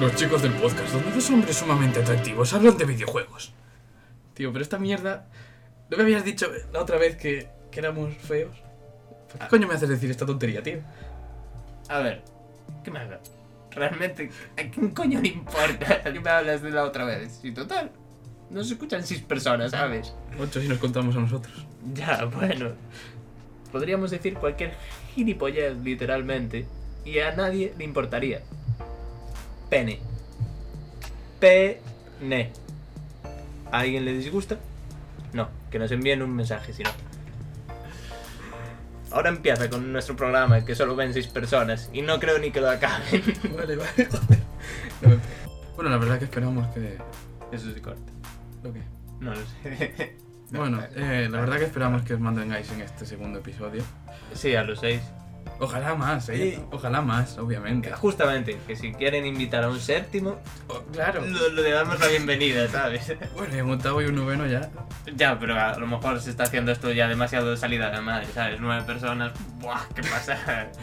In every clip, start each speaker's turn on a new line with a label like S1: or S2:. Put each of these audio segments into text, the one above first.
S1: los chicos del podcast, donde dos hombres sumamente atractivos hablan de videojuegos. Tío, pero esta mierda. ¿No me habías dicho la otra vez que, que éramos feos? ¿Por qué coño me haces decir esta tontería, tío?
S2: A ver, ¿qué me hablas? Realmente, ¿a quién coño le importa? ¿A qué me hablas de la otra vez? Si total, nos escuchan seis personas, ¿sabes?
S1: Ocho si nos contamos a nosotros.
S2: Ya, bueno. Podríamos decir cualquier gilipollas, literalmente, y a nadie le importaría. Pene. Pene. ¿A alguien le disgusta? No, que nos envíen un mensaje, si no. Ahora empieza con nuestro programa, que solo ven seis personas, y no creo ni que lo acaben.
S1: Vale, vale, joder. No me- Bueno, la verdad que esperamos que.
S2: Eso sí corta.
S1: ¿Lo qué?
S2: No lo sé.
S1: Bueno, eh, la verdad que esperamos que os mantengáis en este segundo episodio.
S2: Sí, a los seis.
S1: Ojalá más, ¿eh?
S2: Sí.
S1: Ojalá más, obviamente.
S2: Justamente, que si quieren invitar a un séptimo,
S1: Oh, claro.
S2: lo, lo le damos la bienvenida, ¿sabes?
S1: Bueno, y un octavo y un noveno ya.
S2: Ya, pero a lo mejor se está haciendo esto ya demasiado de salida de la madre, ¿sabes? Nueve personas, ¡buah! ¿Qué pasa?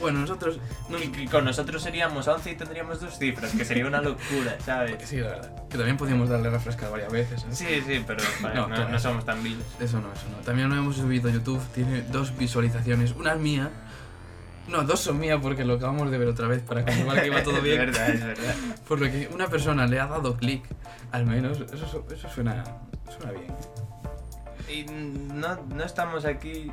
S1: Bueno, nosotros.
S2: Que- que con nosotros seríamos 11 y tendríamos dos cifras, que sería una locura, ¿sabes?
S1: Sí, la verdad. Que también podíamos darle refrescar varias veces. ¿eh?
S2: Sí, sí, pero vale,
S1: No,
S2: no,
S1: claro.
S2: no somos tan viles.
S1: Eso no, eso no. También lo hemos subido a YouTube. Tiene dos visualizaciones. Una es mía. No, dos son mías porque lo acabamos de ver otra vez para comprobar que iba todo bien.
S2: Es verdad, es verdad.
S1: Por lo que una persona le ha dado clic, al menos, eso, su- eso suena, suena bien.
S2: Y no, no estamos aquí.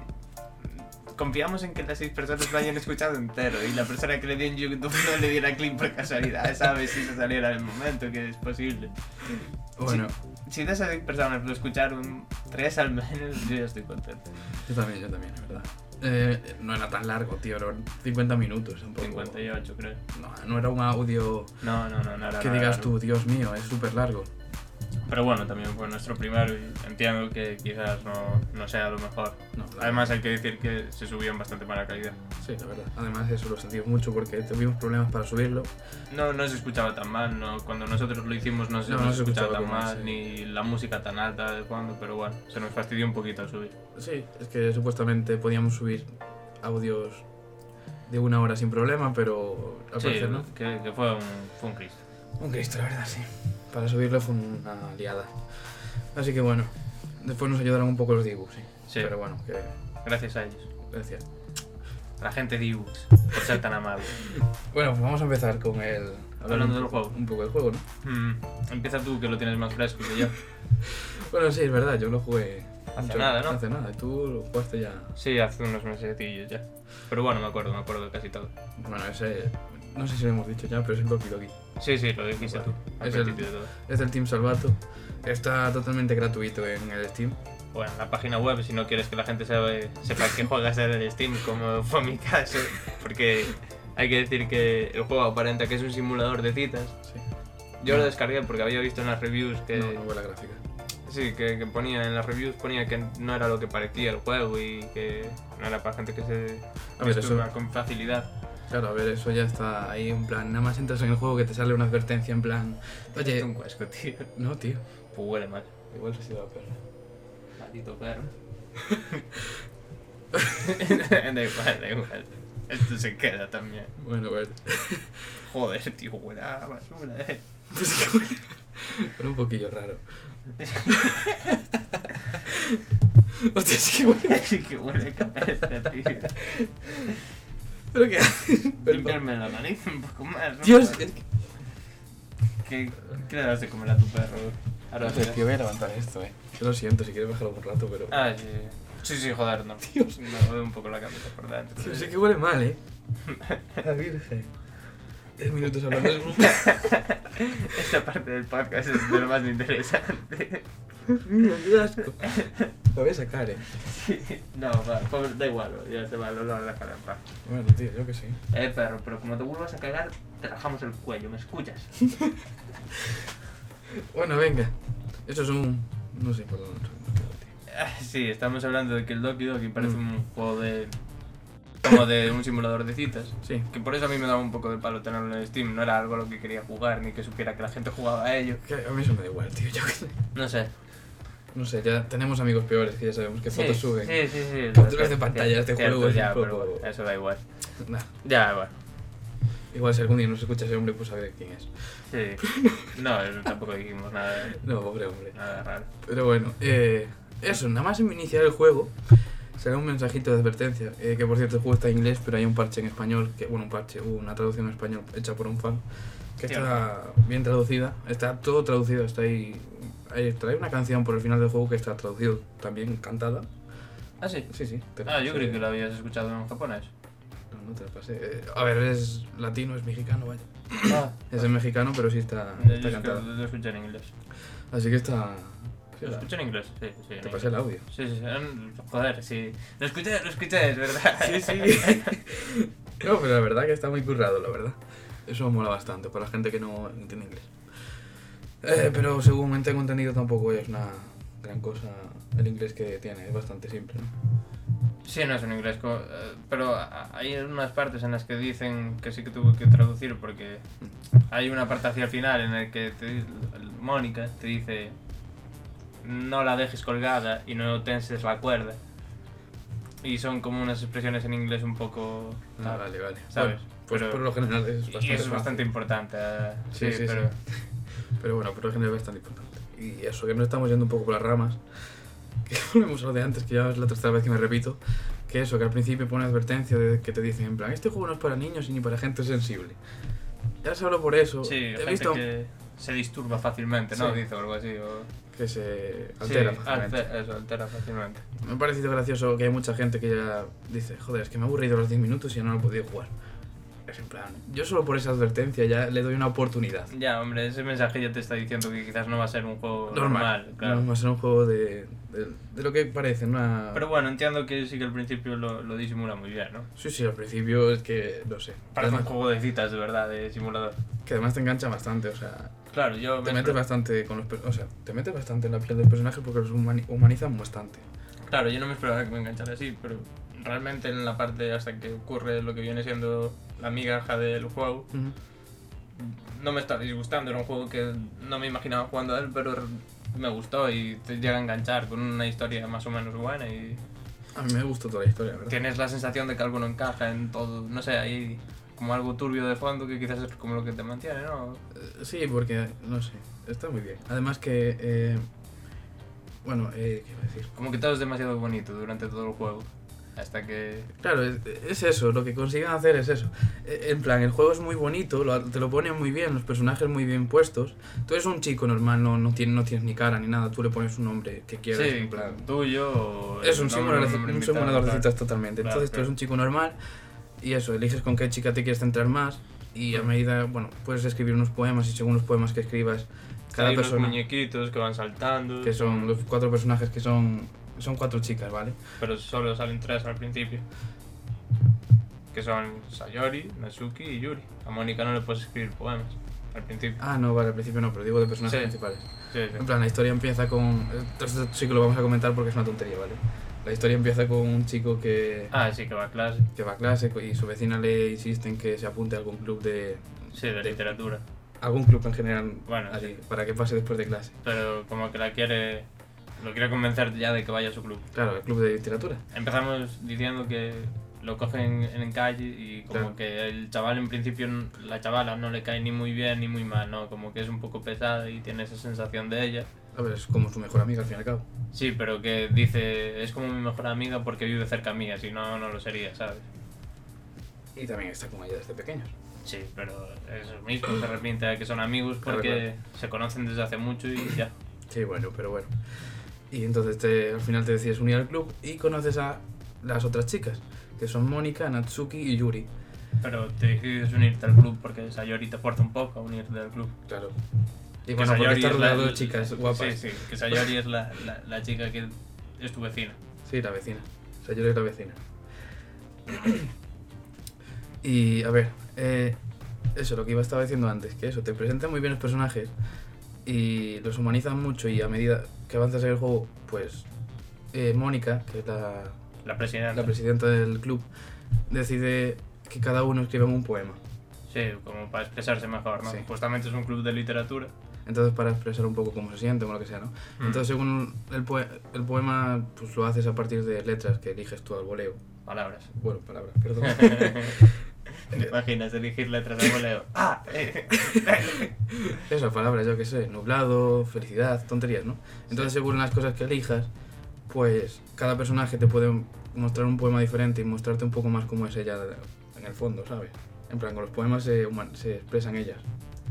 S2: Confiamos en que las seis personas lo hayan escuchado entero y la persona que le dio en YouTube no le diera clic por casualidad, ¿sabes? Si se saliera en el momento, que es posible.
S1: Bueno,
S2: Si de esas seis personas lo escucharon tres al menos, yo ya estoy contento.
S1: yo también, yo también, la verdad. Eh, no era tan largo, tío, eran 50 minutos tampoco.
S2: 58, creo.
S1: No, no era un audio
S2: No, no, no, no. no,
S1: que
S2: no,
S1: digas
S2: no.
S1: tú, Dios mío, es súper largo.
S2: Pero bueno, también fue nuestro primero y entiendo que quizás no, no sea lo mejor.
S1: No, la-
S2: Además, hay que decir que se subió en bastante mala calidad.
S1: Sí, la verdad. Además, eso lo sentimos mucho porque tuvimos problemas para subirlo.
S2: No, no se escuchaba tan mal, no. cuando nosotros lo hicimos no se
S1: No,
S2: nos
S1: no se
S2: escuchaba,
S1: escuchaba
S2: tan
S1: como
S2: mal,
S1: ese.
S2: ni la música tan alta de cuando, pero bueno, se nos fastidió un poquito al subir.
S1: Sí, es que supuestamente podíamos subir audios de una hora sin problema, pero al
S2: Sí,
S1: parecer no.
S2: que, que fue un, fue un Cristo.
S1: Un Cristo, la verdad, sí. Para subirlo fue una liada. Así que bueno, después nos ayudaron un poco los Dibu, sí.
S2: Sí.
S1: Pero bueno, que
S2: Gracias a ellos.
S1: gracias.
S2: A La gente de ebooks, por ser tan amable.
S1: Bueno, pues vamos a empezar con el.
S2: Hablando del
S1: un poco-
S2: juego.
S1: Un poco del juego, ¿no?
S2: Mm, empieza tú, que lo tienes más fresco que yo.
S1: Bueno, sí, es verdad, yo lo jugué. mucho-
S2: nada, ¿no?
S1: Hace nada, y tú lo jugaste ya.
S2: Sí, hace unos mesetillos ya. Pero bueno, me acuerdo, me acuerdo de casi todo.
S1: Bueno, ese. No sé si lo hemos dicho ya, pero es el Doki Doki.
S2: Sí, sí, lo dijiste tú. Al
S1: Es el-
S2: principio de todo.
S1: Es del Team Salvato. Está totalmente gratuito en el Steam.
S2: Bueno, la página web, si no quieres que la gente sabe- sepa que juegas en el Steam, como fue mi caso, porque hay que decir que el juego aparenta que es un simulador de citas.
S1: Sí.
S2: Yo
S1: No.
S2: lo descargué porque había visto en las reviews que,
S1: No, no la gráfica.
S2: sí, que, que ponía, en las reviews ponía que no era lo que parecía el juego y que no era para gente que
S1: A
S2: se
S1: ver, eso,
S2: acostumbra con facilidad.
S1: claro, a ver, eso ya está ahí en plan. Nada más entras en el juego que te sale una advertencia en plan.
S2: Es
S1: Oye,
S2: un cuasco, tío.
S1: no, tío.
S2: Pues huele mal.
S1: Igual se ha sido la perra.
S2: Maldito perro. da igual, da igual. Esto se queda también.
S1: Bueno, pues.
S2: Joder, tío, huele a basura, eh.
S1: pues Pero un poquillo raro. Hostia, sí que bueno.
S2: Sí que huele a cabeza, tío.
S1: Pero qué haces? Perdón.
S2: Limpiarme la nariz un poco más, ¿no?
S1: Dios, es que.
S2: ¿Qué, qué le das de comer a tu perro? Ahora
S1: Hostia,
S2: verás.
S1: tío, voy a levantar esto, eh. Yo lo siento, si quieres bajarlo un rato, pero.
S2: Ah, sí. Sí, sí, joder, no.
S1: Dios.
S2: Me jode un poco la cabeza por dentro.
S1: Tío, sí que huele mal, eh. La virgen. 10 minutos hablando del grupo.
S2: Esta parte del podcast es de lo más interesante.
S1: Mira, qué asco. Lo voy a sacar, eh.
S2: Sí. No, va, pobre- da igual, ya se va, lo lo dejar en paz.
S1: Bueno, tío, yo que sí.
S2: Eh, perro, pero como te vuelvas a cagar, te rajamos el cuello, ¿me escuchas?
S1: Bueno, venga. Eso es un. No sé por dónde.
S2: Ah, Sí, estamos hablando de que el Doki Doki parece
S1: Mm.
S2: un juego de... Como de un simulador de citas.
S1: Sí.
S2: Que por eso a mí me daba un poco de palo tenerlo en Steam. No era algo a lo que quería jugar, ni que supiera que la gente jugaba a ello.
S1: Que a mí eso me da igual, tío. Yo que sé.
S2: No sé.
S1: No sé, ya tenemos amigos peores que ya sabemos que fotos
S2: sí,
S1: suben.
S2: Sí, sí, sí.
S1: Capturas de pantalla, este
S2: Cierto,
S1: juego es
S2: ya,
S1: un
S2: pero
S1: poco-
S2: bueno, eso da igual.
S1: Nah.
S2: Ya, bueno.
S1: Igual si algún día nos escucha ese hombre, pues sabe quién es.
S2: Sí. No, tampoco dijimos nada,
S1: No, pobre hombre.
S2: nada raro.
S1: Pero bueno, eh, eso, nada más iniciar el juego, sale un mensajito de advertencia. eh, que por cierto, el juego está en inglés, pero hay un parche en español, que, bueno, un parche, una traducción en español hecha por un fan, que
S2: Sí.
S1: está bien traducida. Está todo traducido, está ahí. ahí está, Hay una canción por el final del juego que está traducido también, cantada.
S2: Ah, sí.
S1: Sí, sí. te la
S2: Ah, yo
S1: pasé.
S2: creo que lo habías escuchado en japonés.
S1: No, no te la pasé. Eh, a ver, es latino, es mexicano, vaya.
S2: Ah,
S1: Es en mexicano, pero sí está,
S2: yo
S1: está
S2: es que
S1: cantada.
S2: lo escuché en inglés.
S1: Así que está.
S2: Lo escuché en inglés, sí, sí. en
S1: Te
S2: inglés.
S1: pasé el audio.
S2: Sí, sí, sí. ah, Joder, sí. Lo escuché, lo escuché, es verdad.
S1: Sí, sí. No, pero la verdad que está muy currado, la verdad. Eso mola bastante para la gente que no entiende inglés. Eh, pero según tengo entendido tampoco es una gran cosa el inglés que tiene, es bastante simple. ¿no?
S2: Sí, no es un inglés, co- eh, pero a- hay unas partes en las que dicen que sí que tuve que traducir porque hay una parte hacia el final en la que te di- el- Mónica te dice no la dejes colgada y no tenses la cuerda. Y son como unas expresiones en inglés un poco...
S1: Ah,
S2: tal.
S1: vale, vale.
S2: Sabes,
S1: Bueno, pues
S2: pero-
S1: por lo general es bastante
S2: y eso es
S1: fácil.
S2: bastante importante. eh,
S1: Sí,
S2: Sí,
S1: sí, sí.
S2: pero...
S1: Pero bueno, por lo general es bastante importante. Y eso, que nos estamos yendo un poco por las ramas. Que volvemos a lo de antes, que ya es la tercera vez que me repito. Que eso, que al principio pone advertencia de que te dicen, en plan, este juego no es para niños ni para gente sensible. Ya solo por eso.
S2: Sí,
S1: he
S2: gente
S1: visto a un
S2: que se disturba fácilmente, ¿no?
S1: Sí.
S2: Dice o algo así. O...
S1: que se altera
S2: sí,
S1: fácilmente.
S2: alter- eso, altera fácilmente.
S1: Me ha parecido gracioso que hay mucha gente que ya dice, joder, es que me ha aburrido los 10 minutos y ya no lo he podido jugar. Es en plan, yo solo por esa advertencia ya le doy una oportunidad.
S2: Ya, hombre, ese mensaje ya te está diciendo que quizás no va a ser un juego normal,
S1: Normal,
S2: claro.
S1: No va a ser un juego de, de, de lo que parece, una...
S2: Pero bueno, entiendo que sí que al principio lo, lo disimula muy bien, ¿no?
S1: Sí, sí, al principio es que, no sé.
S2: Parece un
S1: además-
S2: juego de citas, de verdad, de simulador.
S1: que además te engancha bastante, o sea,
S2: Claro, yo
S1: te
S2: me
S1: metes
S2: esper-
S1: bastante con los per- o sea, te metes bastante en la piel del personaje porque los humani- humanizan bastante.
S2: claro, yo no me esperaba que me enganchara así, pero realmente en la parte hasta que ocurre lo que viene siendo la migaja del juego, no me está disgustando, era un juego que no me imaginaba jugando a él, pero me gustó y te llega a enganchar con una historia más o menos buena y
S1: A mí me gustó toda la historia, ¿verdad?
S2: tienes la sensación de que algo no encaja en todo, no sé, hay como algo turbio de fondo que quizás es como lo que te mantiene, ¿no?
S1: Eh, Sí, porque, no sé, está muy bien. Además que, eh, bueno, eh, ¿qué iba a decir?
S2: Como que todo es demasiado bonito durante todo el juego. Hasta que.
S1: Claro, es, es eso, lo que consiguen hacer es eso. Eh, En plan, el juego es muy bonito, lo- te lo ponen muy bien, los personajes muy bien puestos. Tú eres un chico normal, no, no, tienes, no tienes ni cara ni nada, tú le pones un nombre que quieras. en plan,
S2: tuyo. o
S1: Es un,
S2: el
S1: simulador,
S2: nombre, nombre
S1: un
S2: invitado,
S1: simulador de
S2: claro.
S1: citas totalmente.
S2: Claro,
S1: Entonces tú eres
S2: claro.
S1: un chico normal y eso, eliges con qué chica te quieres centrar más y a medida, bueno, puedes escribir unos poemas y según los poemas que escribas, cada
S2: Hay unos
S1: persona,
S2: muñequitos que van saltando.
S1: que son los cuatro personajes que son, son cuatro chicas, ¿vale?
S2: Pero solo salen tres al principio. Que son Sayori, Natsuki y Yuri. A Mónica no le puedes escribir poemas. Al principio.
S1: Ah, no, vale, al principio no, pero digo de personajes
S2: Sí.
S1: principales.
S2: Sí, sí.
S1: En plan, la historia empieza con... Esto sí que lo vamos a comentar porque es una tontería, ¿vale? La historia empieza con un chico que,
S2: Ah, sí, que va a clase.
S1: que va a clase y su vecina le insiste en que se apunte a algún club de...
S2: Sí, de
S1: de-
S2: literatura.
S1: algún club en general,
S2: Bueno,
S1: así,
S2: sí.
S1: para que pase después de clase.
S2: Pero como que la quiere. Lo quiere convencer ya de que vaya a su club.
S1: Claro, el club de literatura.
S2: Empezamos diciendo que lo cogen en calle y como
S1: Claro.
S2: que el chaval en principio, n- la chavala no le cae ni muy bien ni muy mal, ¿no? Como que es un poco pesada y tiene esa sensación de ella.
S1: A ver, es como su mejor amiga al fin y al cabo.
S2: Sí, pero que dice, es como mi mejor amiga porque vive cerca mía, si no, no lo sería, ¿sabes?
S1: Y también está con ella desde pequeños.
S2: Sí, pero eso mismo, se arrepiente de que son amigos
S1: Claro,
S2: porque
S1: claro.
S2: se conocen desde hace mucho y ya.
S1: Sí, bueno, pero bueno. Y entonces te- al final te decides unir al club y conoces a las otras chicas, que son Mónica, Natsuki y Yuri.
S2: Pero te decides unirte al club porque Sayori te fuerza un poco a unirte al club.
S1: Claro. Y
S2: Que
S1: bueno, porque
S2: Sayori
S1: está
S2: es
S1: rodeado
S2: la-
S1: de chicas guapas.
S2: Sí, sí, que Sayori es la, la, la chica que es tu vecina.
S1: Sí, la vecina. O sea, yo soy la vecina. Y a ver, eh, eso, lo que iba estaba diciendo antes, que eso, te presentan muy bien los personajes y los humanizan mucho y a medida que avanzas en el juego, pues eh, Mónica, que es la,
S2: La presidenta.
S1: la presidenta del club, decide que cada uno escriba un poema.
S2: Sí, como para expresarse mejor, ¿no?
S1: Sí.
S2: Justamente es un club de literatura.
S1: Entonces, para expresar un poco cómo se siente o lo que sea, ¿no?
S2: Mm.
S1: Entonces, según el, poe- el poema, pues lo haces a partir de letras que eliges tú al voleo.
S2: Palabras.
S1: Bueno, palabras, perdón.
S2: ¿Te imaginas elegir letras de voleo? ¡Ah! eh.
S1: Esas palabras, yo qué sé, nublado, felicidad, tonterías, ¿no? Entonces, según las cosas que elijas, pues cada personaje te puede mostrar un poema diferente y mostrarte un poco más cómo es ella en el fondo, ¿sabes? En plan, con los poemas se, human- se expresan ellas.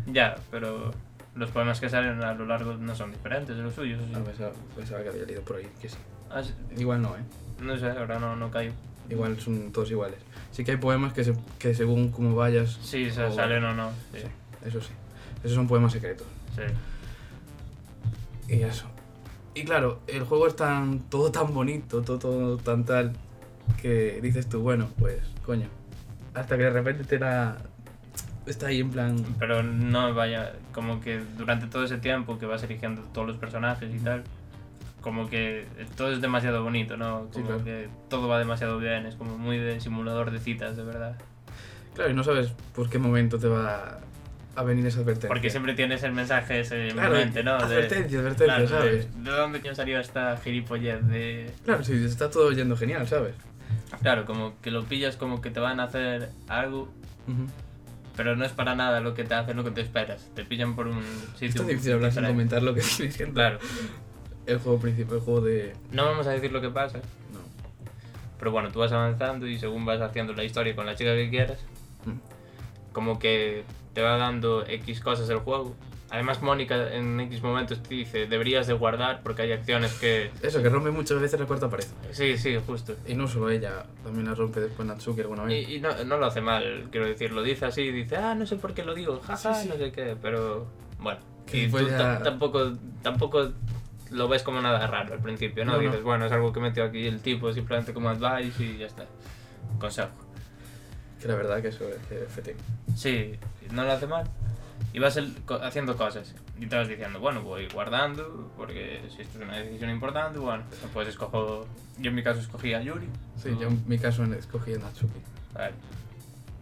S2: Ya, pero los poemas que salen a lo largo no son diferentes de los suyos. ¿o sí?
S1: A pesar, pensaba que había leído por ahí, que sí.
S2: Ah, sí.
S1: Igual no, ¿eh?
S2: No sé, ahora no, no caigo.
S1: Igual son todos iguales. Sí que hay poemas que, se- que según cómo vayas...
S2: Sí, se
S1: o-
S2: salen o no. Sí,
S1: Oh, Sí, eso sí. Esos son poemas secretos.
S2: sí.
S1: Y eso. Y claro, el juego es tan, todo tan bonito, todo, todo tan tal, que dices tú, bueno, pues, coño. Hasta que de repente te la... Está ahí en plan...
S2: Pero no vaya, como que durante todo ese tiempo que vas eligiendo todos los personajes y
S1: Mm.
S2: tal, como que todo es demasiado bonito, ¿no? Como
S1: Sí, claro.
S2: que todo va demasiado bien, es como muy de simulador de citas, de verdad.
S1: Claro, y no sabes por qué momento te va a venir esa advertencia.
S2: Porque siempre tienes el mensaje ese en
S1: Claro,
S2: mi mente, ¿no? De-
S1: advertencia, advertencia,
S2: claro, de-
S1: ¿sabes?
S2: ¿De dónde coño salió esta gilipollez de...?
S1: Claro, sí, está todo yendo genial, ¿sabes?
S2: Claro, como que lo pillas como que te van a hacer algo,
S1: Ujú.
S2: pero no es para nada lo que te hacen, lo que te esperas. Te pillan por un sitio...
S1: Es tan difícil hablar sin
S2: diferente.
S1: comentar lo que tienes que entrar.
S2: Claro.
S1: El juego principal, el juego de...
S2: No vamos a decir lo que pasa,
S1: No.
S2: pero bueno, tú vas avanzando y según vas haciendo la historia con la chica que quieras,
S1: Mm.
S2: como que te va dando X cosas el juego. Además, Mónica en X momentos te dice, deberías de guardar porque hay acciones que...
S1: Eso, que rompe muchas veces la cuarta pared.
S2: Sí, sí, justo.
S1: Y no solo ella, también la rompe después Natsuki alguna vez.
S2: Y, y no, no lo hace mal, quiero decir, lo dice así, dice, ah, no sé por qué lo digo, jaja,
S1: Sí, sí.
S2: no sé qué, pero bueno.
S1: Que
S2: Y tú
S1: después ya-
S2: ta- tampoco, tampoco lo ves como nada raro al principio, ¿no?
S1: No, no.
S2: dices, bueno, es algo que metió aquí el tipo, simplemente como advice y ya está. Consejo.
S1: Que la verdad que eso es que FT.
S2: Sí, no lo hace mal. Y vas el- co- haciendo cosas. Y te vas diciendo, bueno, voy guardando, porque si esto es una decisión importante, bueno, pues escojo. Yo en mi caso escogí a Yuri.
S1: Sí,
S2: Tú-
S1: yo en mi caso escogí a Natsuki.
S2: Vale.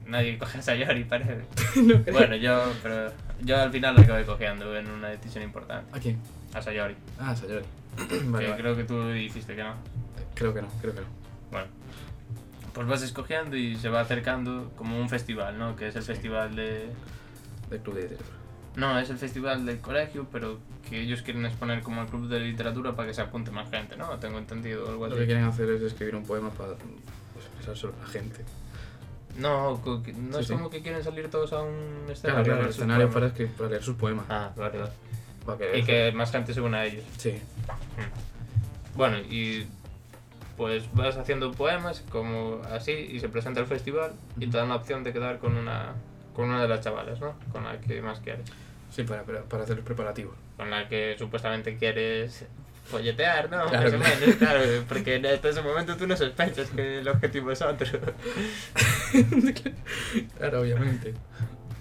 S2: Nadie coge a Sayori, parece.
S1: No creo.
S2: Bueno, yo, pero yo al final la acabé cogiendo en una decisión importante.
S1: ¿A quién?
S2: A Sayori.
S1: Ah, Sayori. vale,
S2: que
S1: vale.
S2: creo que tú hiciste que no.
S1: Creo que no, creo que no.
S2: Bueno. Pues vas escogiendo y se va acercando como un festival, ¿no? Que es el festival de...
S1: Del club de literatura.
S2: No, es el festival del colegio, pero que ellos quieren exponer como el club de literatura para que se apunte más gente, ¿no? Tengo entendido algo
S1: Lo que
S2: así.
S1: quieren hacer es escribir un poema para pues, expresar sobre la gente.
S2: No, co- que- no
S1: Sí,
S2: es
S1: sí.
S2: como que quieren salir todos a un
S1: Claro, claro,
S2: escenario. a
S1: el
S2: ver sus
S1: escenario para,
S2: poemas.
S1: escri- para leer sus poemas.
S2: Ah, vale, vale.
S1: Para que
S2: Y que más gente se una a ellos.
S1: Sí,
S2: Bueno, y pues vas haciendo poemas como así y se presenta el festival y te dan la opción de quedar con una con una de las chavalas, ¿no? Con la que más quieres.
S1: sí, para, para, para hacer los preparativos.
S2: Con la que supuestamente quieres folletear, ¿no?
S1: Claro,
S2: Más o
S1: claro.
S2: menos, claro, porque en hasta ese momento tú no sospechas que el objetivo es otro.
S1: Claro, obviamente.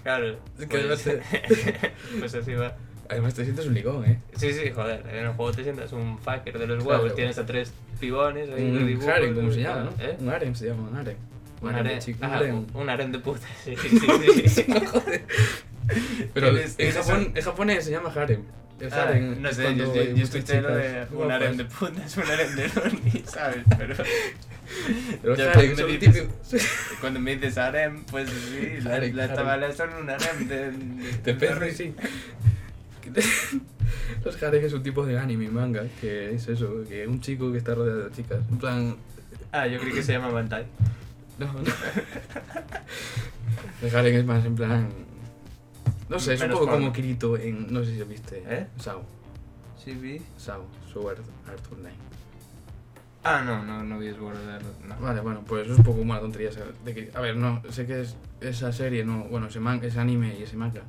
S2: Claro.
S1: Es que
S2: pues,
S1: además
S2: pues así va.
S1: Además te sientes un ligón, ¿eh?
S2: Sí, sí, joder, en el juego te sientas un fucker de los
S1: Claro. Mm,
S2: huevos, tienes a tres pibones ahí de
S1: Un
S2: dibujos,
S1: harem, como se llama, ¿no?
S2: ¿eh?
S1: Un harem se llama, un harem.
S2: Un
S1: harem de
S2: harén-
S1: chico- un
S2: ah,
S1: harem.
S2: un- un harén de puta, sí, sí, sí, sí.
S1: Pero
S2: Tienes-
S1: en,
S2: tienes
S1: Japón,
S2: un-
S1: en japonés se llama harem. El
S2: Ah,
S1: harem
S2: no
S1: es
S2: sé,
S1: cuando
S2: yo,
S1: hay
S2: yo, yo
S1: muchas
S2: escuché lo de
S1: chicas
S2: un harem de
S1: guapas.
S2: putas, un harem de loni, ¿sabes? Pero
S1: Los
S2: yo
S1: harem
S2: cuando
S1: son
S2: me dices-
S1: típicos.
S2: cuando me dices harem, pues sí, la-
S1: Harem,
S2: las
S1: harem.
S2: tabalas son un harem de...
S1: Te
S2: de
S1: perro, sí. Los harem es un tipo de anime, manga, que es eso, que un chico que está rodeado de chicas. En plan,
S2: Ah, yo creí que se llama Bantai.
S1: No, no. El Harem es más en plan. No sé, es un
S2: Menos
S1: poco
S2: porno.
S1: como Kirito en. No sé si lo viste.
S2: ¿Eh?
S1: Sao.
S2: Sí, vi.
S1: Sao. Sword Art Online.
S2: Ah, no, no, no vi Sword Art, no.
S1: Vale, bueno, pues es un poco una tontería. esa de que- a ver, no, sé que es, esa serie, no, bueno, ese, man- ese anime y ese manga,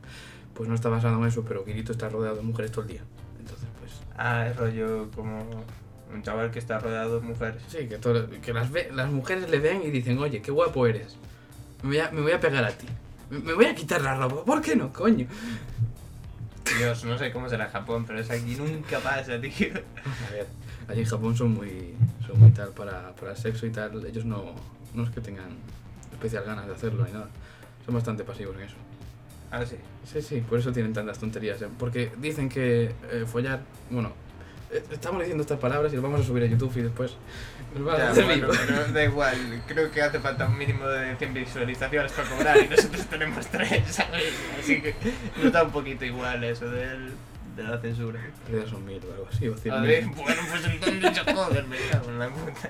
S1: pues no está basado en eso, pero Kirito está rodeado de mujeres todo el día. Entonces, pues.
S2: Ah, es rollo como un chaval que está rodeado de mujeres.
S1: Sí, que, todo- que las, ve- las mujeres le ven y dicen, oye, qué guapo eres. Me voy a, me voy a pegar a ti. Me, me voy a quitar la ropa. ¿Por qué no, coño?
S2: Dios, no sé cómo será Japón, pero es aquí nunca pasa, tío.
S1: A ver, allí en Japón son muy, son muy tal para, para el sexo y tal. Ellos no, no es que tengan especial ganas de hacerlo ni nada. Son bastante pasivos en eso.
S2: Ah, sí.
S1: Sí, sí, por eso tienen tantas tonterías. ¿eh? Porque dicen que eh, follar, bueno, eh, estamos diciendo estas palabras y lo vamos a subir a YouTube y después nos van a
S2: Ya,
S1: hacer
S2: bueno,
S1: vivo.
S2: pero da igual, creo que hace falta un mínimo de 100 visualizaciones para cobrar y nosotros tenemos 3, ¿sabes? Así que nos da un poquito igual eso del, de la censura.
S1: En realidad son mil o algo así, o cien
S2: A
S1: mil.
S2: ver, bueno, pues entonces yo joder, me cago en la puta.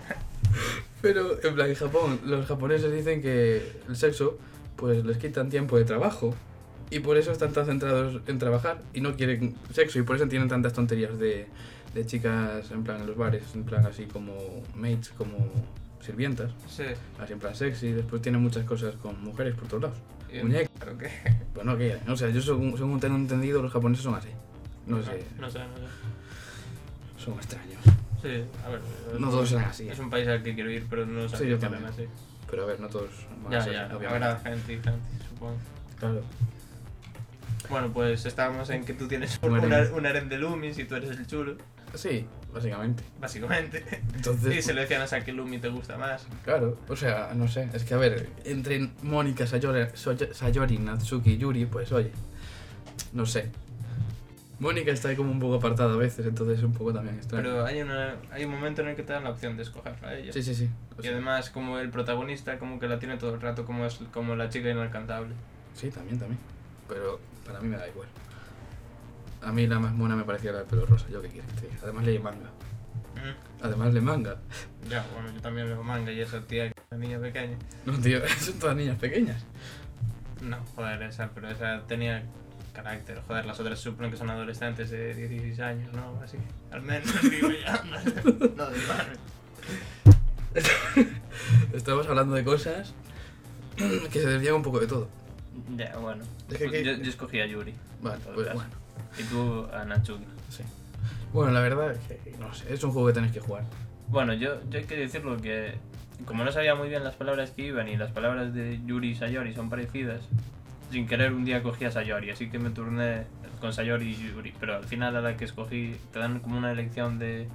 S1: Pero en plan, en Japón, los japoneses dicen que el sexo, pues les quitan tiempo de trabajo. Y por eso están tan centrados en trabajar y no quieren sexo. Y por eso tienen tantas tonterías de, de chicas en plan en los bares, en plan así como mates, como sirvientas,
S2: Sí,
S1: así en plan sexy. Después tienen muchas cosas con mujeres por todos lados.
S2: y-
S1: Muñeca.
S2: claro que.
S1: Pues no quieren. O sea, yo según, según tengo entendido, los japoneses son así. No sé,
S2: No, sé, no sé.
S1: son extraños.
S2: Sí, a ver. eh,
S1: No todos serán así.
S2: Es un país al que quiero ir, pero no sé
S1: Sí, yo
S2: qué
S1: también.
S2: así.
S1: Pero a ver, no todos van a
S2: Ya,
S1: ser
S2: ya,
S1: así,
S2: habrá gente y gente, supongo.
S1: Claro.
S2: Bueno, pues estábamos en que tú tienes un,
S1: Un harem.
S2: una- un harem de Loomis y tú eres el chulo,
S1: Sí, básicamente.
S2: básicamente.
S1: Entonces,
S2: Y se lo decían a Saki Lumi te gusta más.
S1: Claro, o sea, no sé, es que a ver, entre Mónica, Sayori, Soy- Sayori, Natsuki y Yuri, pues oye, no sé. Mónica está ahí como un poco apartada a veces, entonces es un poco también extraño.
S2: Pero hay, una, hay un momento en el que te dan la opción de escogerla a ella.
S1: Sí, pues sí, sí. O
S2: Y
S1: sea,
S2: además, como el protagonista, como que la tiene todo el rato, como es como la chica inalcanzable.
S1: sí, también, también. Pero para mí me da igual. A mí la más mona me parecía la del pelo rosa, yo qué quieres que te diga. Además leí manga. Además le manga.
S2: Ya, bueno, yo también leo manga y esa tía, la niña pequeña.
S1: No, tío, son todas niñas pequeñas.
S2: No, joder, esa, pero esa tenía carácter. Joder, las otras suponen que son adolescentes de 16 años, ¿no? Así, al menos digo ya. No, no de madre.
S1: Estamos hablando de cosas que se desvían un poco de todo.
S2: Ya, bueno.
S1: Es que- que-
S2: Yo, yo escogí a Yuri
S1: Vale, pues bueno.
S2: y tú a Natsuki.
S1: Sí. Bueno, la verdad es que no sé, es un juego que tenéis que jugar.
S2: Bueno, yo, yo hay que decirlo que como no sabía muy bien las palabras que iban y las palabras de Yuri y Sayori son parecidas, sin querer un día cogí a Sayori, así que me turné con Sayori y Yuri, pero al final a la que escogí te dan como una elección de,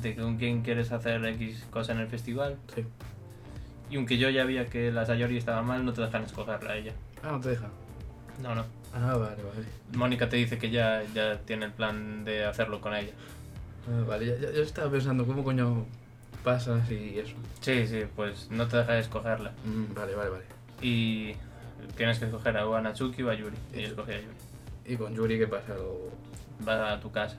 S2: de con quién quieres hacer X cosa en el festival,
S1: Sí.
S2: y aunque yo ya veía que la Sayori estaba mal, no te dejan escogerla a ella.
S1: Ah, no te deja.
S2: No, no.
S1: Ah, vale, vale.
S2: Mónica te dice que ya, ya tiene el plan de hacerlo con ella.
S1: Ah, vale, ya- ya- yo, estaba pensando cómo coño pasas y eso.
S2: Sí, sí, pues no te dejan escogerla.
S1: Mm, vale, vale, vale.
S2: Y tienes que escoger a o a Natsuki o a Yuri. Y yo
S1: Eso.
S2: escogí a Yuri.
S1: ¿Y con Yuri qué pasa? Lo-
S2: Vas a tu casa.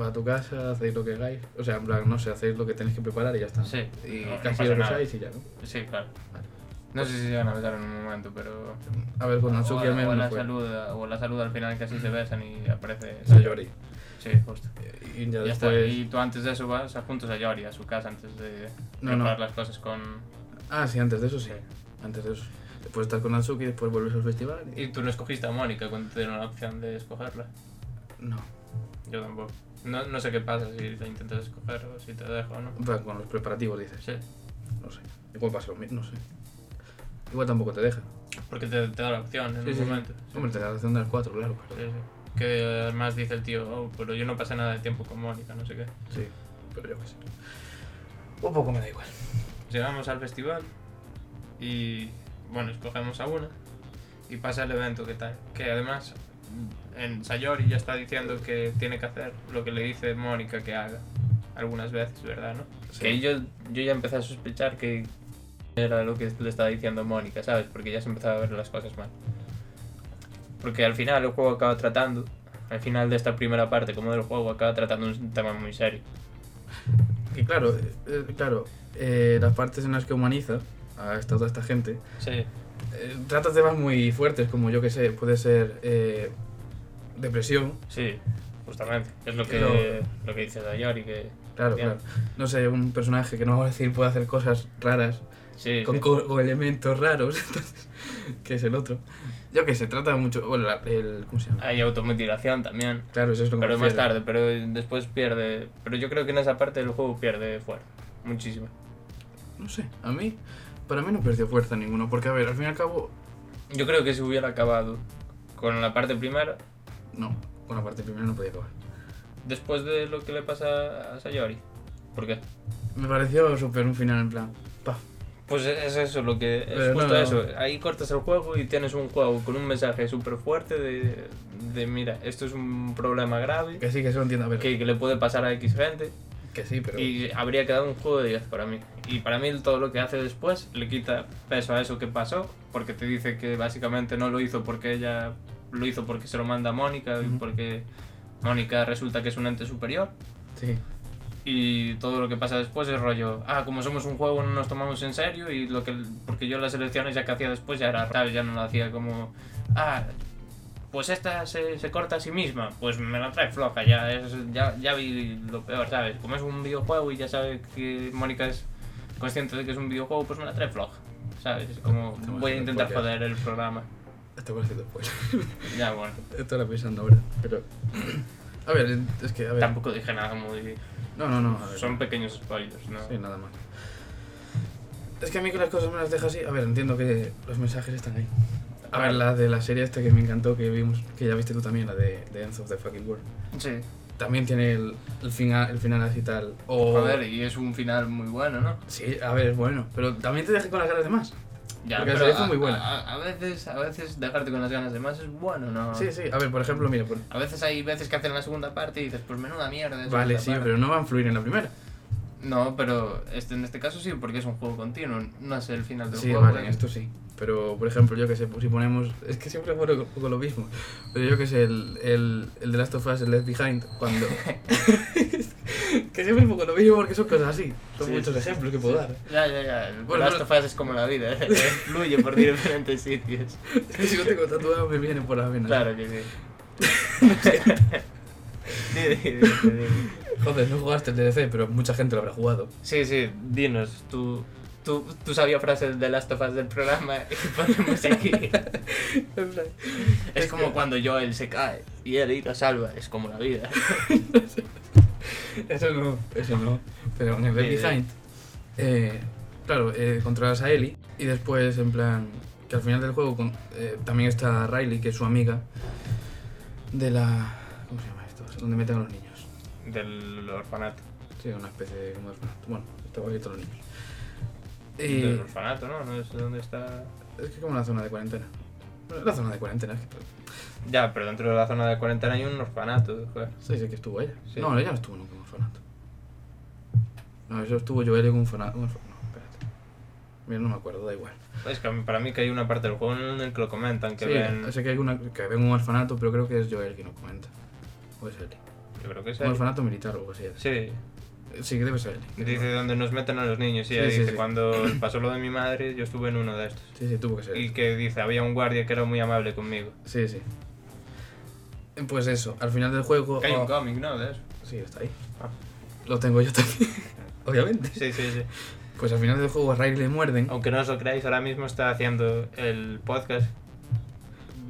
S1: Va a tu casa, hacéis lo que hagáis. O sea, en plan, no sé, hacéis lo que tenéis que preparar y ya está.
S2: Sí.
S1: Y
S2: No, no
S1: casi
S2: pasa
S1: lo
S2: nada.
S1: usáis y ya, ¿no?
S2: Sí, claro.
S1: Vale.
S2: No sé si se van a besar en un momento, pero.
S1: A ver, con
S2: o,
S1: Natsuki
S2: a-
S1: al
S2: o
S1: menos
S2: la
S1: no fue.
S2: saluda, o la saluda al final casi se besan y aparece.
S1: Sayori.
S2: Sí, justo.
S1: Y ya
S2: Ya está.
S1: después...
S2: Y tú antes de eso vas a- juntos a Yori, a su casa, antes de
S1: No,
S2: preparar
S1: no.
S2: las cosas con.
S1: Ah, sí, antes de eso sí. Antes de eso. Después estás con Natsuki, después vuelves al festival y...
S2: Y tú no escogiste a Mónica cuando te dieron la opción de escogerla.
S1: No.
S2: Yo tampoco. No, no sé qué pasa si la intentas escoger o si te dejo o no.
S1: En plan, con los preparativos dices.
S2: Sí.
S1: No sé. Igual pasa lo mismo, no sé. Igual tampoco te deja.
S2: Porque te, te da la opción en
S1: Sí,
S2: un
S1: sí, sí.
S2: momento.
S1: Hombre, te la hacen de las cuatro, claro.
S2: Sí, sí. Que además dice el tío, oh, pero yo no pasé nada de tiempo con Mónica, no sé qué.
S1: Sí, pero yo qué sé. Un poco me da igual.
S2: Pues Llegamos al festival y, bueno, escogemos a una y pasa el evento que tal. Que además, en Sayori ya está diciendo que tiene que hacer lo que le dice Mónica que haga. Algunas veces, ¿verdad? ¿no? Que yo, yo ya empecé a sospechar que era lo que le estaba diciendo Mónica, ¿sabes? Porque ya se empezaba a ver las cosas mal. Porque al final el juego acaba tratando, al final de esta primera parte como del juego, acaba tratando un tema muy serio.
S1: Y claro, eh, eh, claro, eh, las partes en las que humaniza a esta, toda esta gente,
S2: Sí.
S1: eh, trata temas muy fuertes, como yo que sé, puede ser eh, depresión,
S2: Sí, justamente. Es lo que,
S1: Lo-
S2: lo que dice Dayori, que...
S1: claro,
S2: Bien.
S1: claro. No sé, un personaje que no vamos a decir puede hacer cosas raras,
S2: Sí,
S1: con,
S2: sí.
S1: co- con elementos raros, entonces, que es el otro. Yo que sé, trata mucho, bueno, la- el, ¿cómo se llama?
S2: hay automutilación también.
S1: Claro, eso es lo que me
S2: Pero más
S1: refiero.
S2: tarde, pero después pierde... Pero yo creo que en esa parte del juego pierde fuerza. Muchísimo.
S1: No sé, a mí, para mí no perdió fuerza ninguno, porque a ver, al fin y al cabo,
S2: Yo creo que si hubiera acabado con la parte primera,
S1: no, con la parte primera no podía acabar.
S2: después de lo que le pasa a Sayori. ¿Por qué?
S1: Me pareció súper un final en plan, pa.
S2: Pues es eso, lo que es
S1: Pero
S2: justo
S1: Eh, no, no.
S2: eso. Ahí cortas el juego y tienes un juego con un mensaje súper fuerte de de mira, esto es un problema grave
S1: Que sí, que eso lo entiendo. A ver,
S2: que, que le puede pasar a X gente
S1: que sí, pero.
S2: y habría quedado un juego de 10 para mí. Y para mí todo lo que hace después le quita peso a eso que pasó, porque te dice que básicamente no lo hizo porque ella lo hizo porque se lo manda a Mónica y
S1: Ujú.
S2: porque Mónica resulta que es un ente superior.
S1: Sí.
S2: Y todo lo que pasa después es rollo, ah, como somos un juego no nos tomamos en serio y lo que porque yo las elecciones ya que hacía después ya era ¿sabes? ya no lo hacía como, ah, pues esta se, se corta a sí misma, pues me la trae floja, ya, es- ya, ya vi lo peor, ¿sabes? Como es un videojuego y ya sabe que Mónica es consciente de que es un videojuego, pues me la trae floja, ¿sabes? Es Como
S1: Estamos
S2: voy a
S1: haciendo
S2: intentar
S1: spoilers.
S2: joder el programa.
S1: Esto voy haciendo después.
S2: Ya, bueno,
S1: Esto lo pensando ahora. Pero. A ver, es que, a ver.
S2: tampoco dije nada muy...
S1: No, no, no. a ver.
S2: Son pequeños spoilers, ¿no?
S1: Sí, nada más. Es que a mí que las cosas me las deja así. A ver, entiendo que los mensajes están ahí. A ver, la de la serie esta que me encantó, que vimos, que ya viste tú también, la de, de End of the Fucking World.
S2: Sí.
S1: También tiene el, el, final, el final así tal. O,
S2: Joder, y es un final muy bueno, ¿no?
S1: Sí, a ver, es bueno. Pero también te deja con las ganas de más.
S2: Ya,
S1: Porque la
S2: pero
S1: serie fue
S2: a-
S1: muy buena.
S2: A, a veces, a veces dejarte con las ganas de más es bueno, ¿no?
S1: Sí, sí. A ver, por ejemplo, mira, por-
S2: A veces hay veces que hacen la segunda parte y dices, pues menuda mierda. es
S1: Vale,
S2: la
S1: sí,
S2: parte.
S1: pero no va a influir en la primera.
S2: No, pero este, en este caso sí, porque es un juego continuo. No es el final del
S1: Sí,
S2: juego.
S1: vale, en
S2: ¿eh?
S1: esto sí. Pero, por ejemplo, yo que sé, pues, si ponemos. Es que siempre pongo un poco lo mismo. Pero yo que sé, el, el, el de Last of Us, el Left Behind, cuando. que siempre pongo lo mismo porque son cosas así. Son
S2: Sí,
S1: muchos
S2: sí,
S1: ejemplos que puedo dar.
S2: Ya, ya, ya. El
S1: Bueno,
S2: Last
S1: pero-
S2: of Us es como la vida, ¿eh? fluye por diferentes sitios.
S1: Es que si no tengo tatuado, me vienen por las venas.
S2: Claro que sí. Di, di, di, di, di.
S1: Joder, no jugaste el DLC, pero mucha gente lo habrá jugado.
S2: Sí, sí, dinos, tu, tu, tu sabia frase de Last of Us del programa y ponemos aquí. Es como cuando Joel se cae y él lo salva, es como la vida.
S1: Eso no, eso no. Pero en el
S2: Sí,
S1: Left
S2: sí.
S1: Behind, eh, claro, eh, controlas a Ellie y después, en plan, que al final del juego con- eh, también está Riley, que es su amiga de la. ¿Cómo se llama esto? Donde meten a los niños.
S2: Del orfanato.
S1: Sí, una especie de. como de- Bueno, está abierto a los niños.
S2: Del
S1: Y.
S2: orfanato, ¿no? No es donde está.
S1: Es que como la zona de cuarentena. Bueno, La zona de cuarentena, es que.
S2: Ya, pero dentro de la zona de cuarentena hay un orfanato. joder.
S1: Sí, sí que estuvo ella.
S2: Sí.
S1: No, ella no estuvo nunca en un orfanato. No, eso estuvo Joel en un orfanato. No, espérate. Mira, no me acuerdo, da igual.
S2: Es que para mí que hay una parte del juego en el que lo comentan, que
S1: sí,
S2: ven.
S1: sé que hay una que ven un orfanato, pero creo que es Joel quien lo comenta. O es Ellie.
S2: Yo creo que es
S1: Un
S2: ahí.
S1: orfanato militar o algo así. era.
S2: Sí,
S1: Sí, que debe ser Ellie.
S2: dice donde nos meten a los niños. Sí,
S1: Sí,
S2: ahí
S1: sí,
S2: dice,
S1: sí.
S2: cuando pasó lo de mi madre, yo estuve en uno de estos.
S1: Sí, sí, tuvo que ser.
S2: Y que dice, había un guardia que era muy amable conmigo.
S1: Sí, sí. Pues eso, al final del juego.
S2: Que hay un
S1: oh,
S2: cómic, ¿no? De eso.
S1: sí, está ahí.
S2: Ah.
S1: Lo tengo yo también. Obviamente.
S2: Sí, sí, sí.
S1: Pues al final del juego a Riley le muerden.
S2: Aunque no os lo creáis, ahora mismo está haciendo el podcast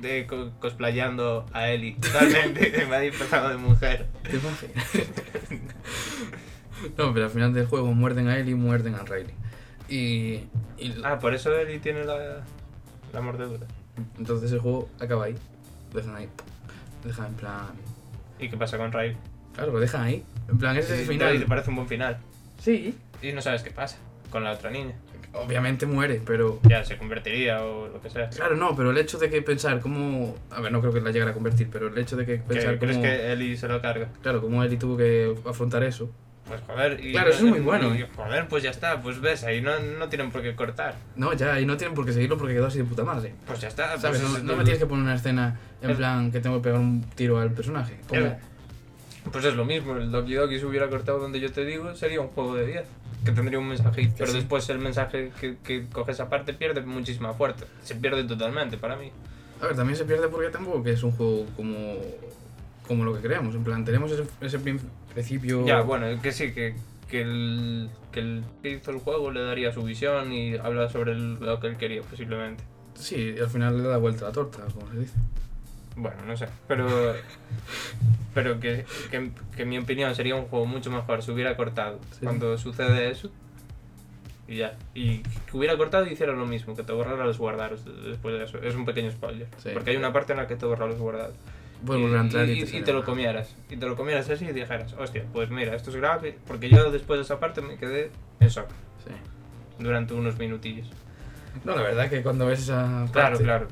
S2: de co- cosplayando a Eli. Totalmente, se me ha disfrazado de mujer.
S1: ¿Te imaginas? no, pero al final del juego muerden a Ellie y muerden a Riley. Y. y
S2: Ah, por eso Eli tiene la, la mordedura.
S1: Entonces el juego acaba ahí. Dejan ahí. Dejan en plan.
S2: ¿Y qué pasa con Riley?
S1: Claro, lo dejan ahí. En plan, ese es el
S2: Riley te
S1: final.
S2: parece un buen final.
S1: Sí.
S2: Y no sabes qué pasa con la otra niña.
S1: Obviamente muere, pero.
S2: Ya se convertiría o lo que sea.
S1: Claro, no, pero el hecho de que pensar cómo. A ver, no creo que la llegara a convertir, pero el hecho de que
S2: ¿Que
S1: pensar
S2: ¿Crees
S1: cómo.
S2: que Eli se lo carga?
S1: Claro, cómo Ellie tuvo que afrontar eso.
S2: Pues joder. Y
S1: Claro, eso es muy bueno,
S2: y-
S1: eh.
S2: Joder, pues ya está. Pues ves, ahí no, no tienen por qué cortar.
S1: No, ya, y no tienen por qué seguirlo porque quedó así de puta madre.
S2: Pues ya está.
S1: ¿Sabes?
S2: pues
S1: No,
S2: es-
S1: no me tienes que poner una escena en
S2: El-
S1: plan que tengo que pegar un tiro al personaje. Como-
S2: Eh, Pues es lo mismo, el Doki Doki se hubiera cortado donde yo te digo, sería un juego de 10, que tendría un mensaje, pero
S1: sí.
S2: después el mensaje que, que coges aparte pierde muchísima fuerza, se pierde totalmente para mí.
S1: A ver, también se pierde porque tampoco que es un juego como. como lo que creemos. En plan, tenemos ese, ese prin- principio.
S2: Ya, bueno, que sí, que, que el que el que hizo el juego le daría su visión y habla sobre el- lo que él quería posiblemente.
S1: Sí, y al final le da vuelta a la torta, como se dice.
S2: Bueno, no sé, pero, pero que, que, que en mi opinión sería un juego mucho mejor si hubiera cortado
S1: Sí.
S2: cuando sucede eso. Y ya, y que hubiera cortado y hiciera lo mismo, que te borrara los guardados después de eso. Es un pequeño spoiler,
S1: Sí.
S2: porque hay una parte en la que te borra los guardados.
S1: Puedes
S2: y,
S1: volver a entrar y,
S2: y- y
S1: sale
S2: te lo
S1: mal.
S2: comieras, y te lo comieras así y dijeras, hostia, pues mira, esto es grave, porque yo después de esa parte me quedé en shock
S1: Sí.
S2: durante unos minutillos.
S1: No, la verdad que cuando ves esa.
S2: Claro,
S1: parte-
S2: claro.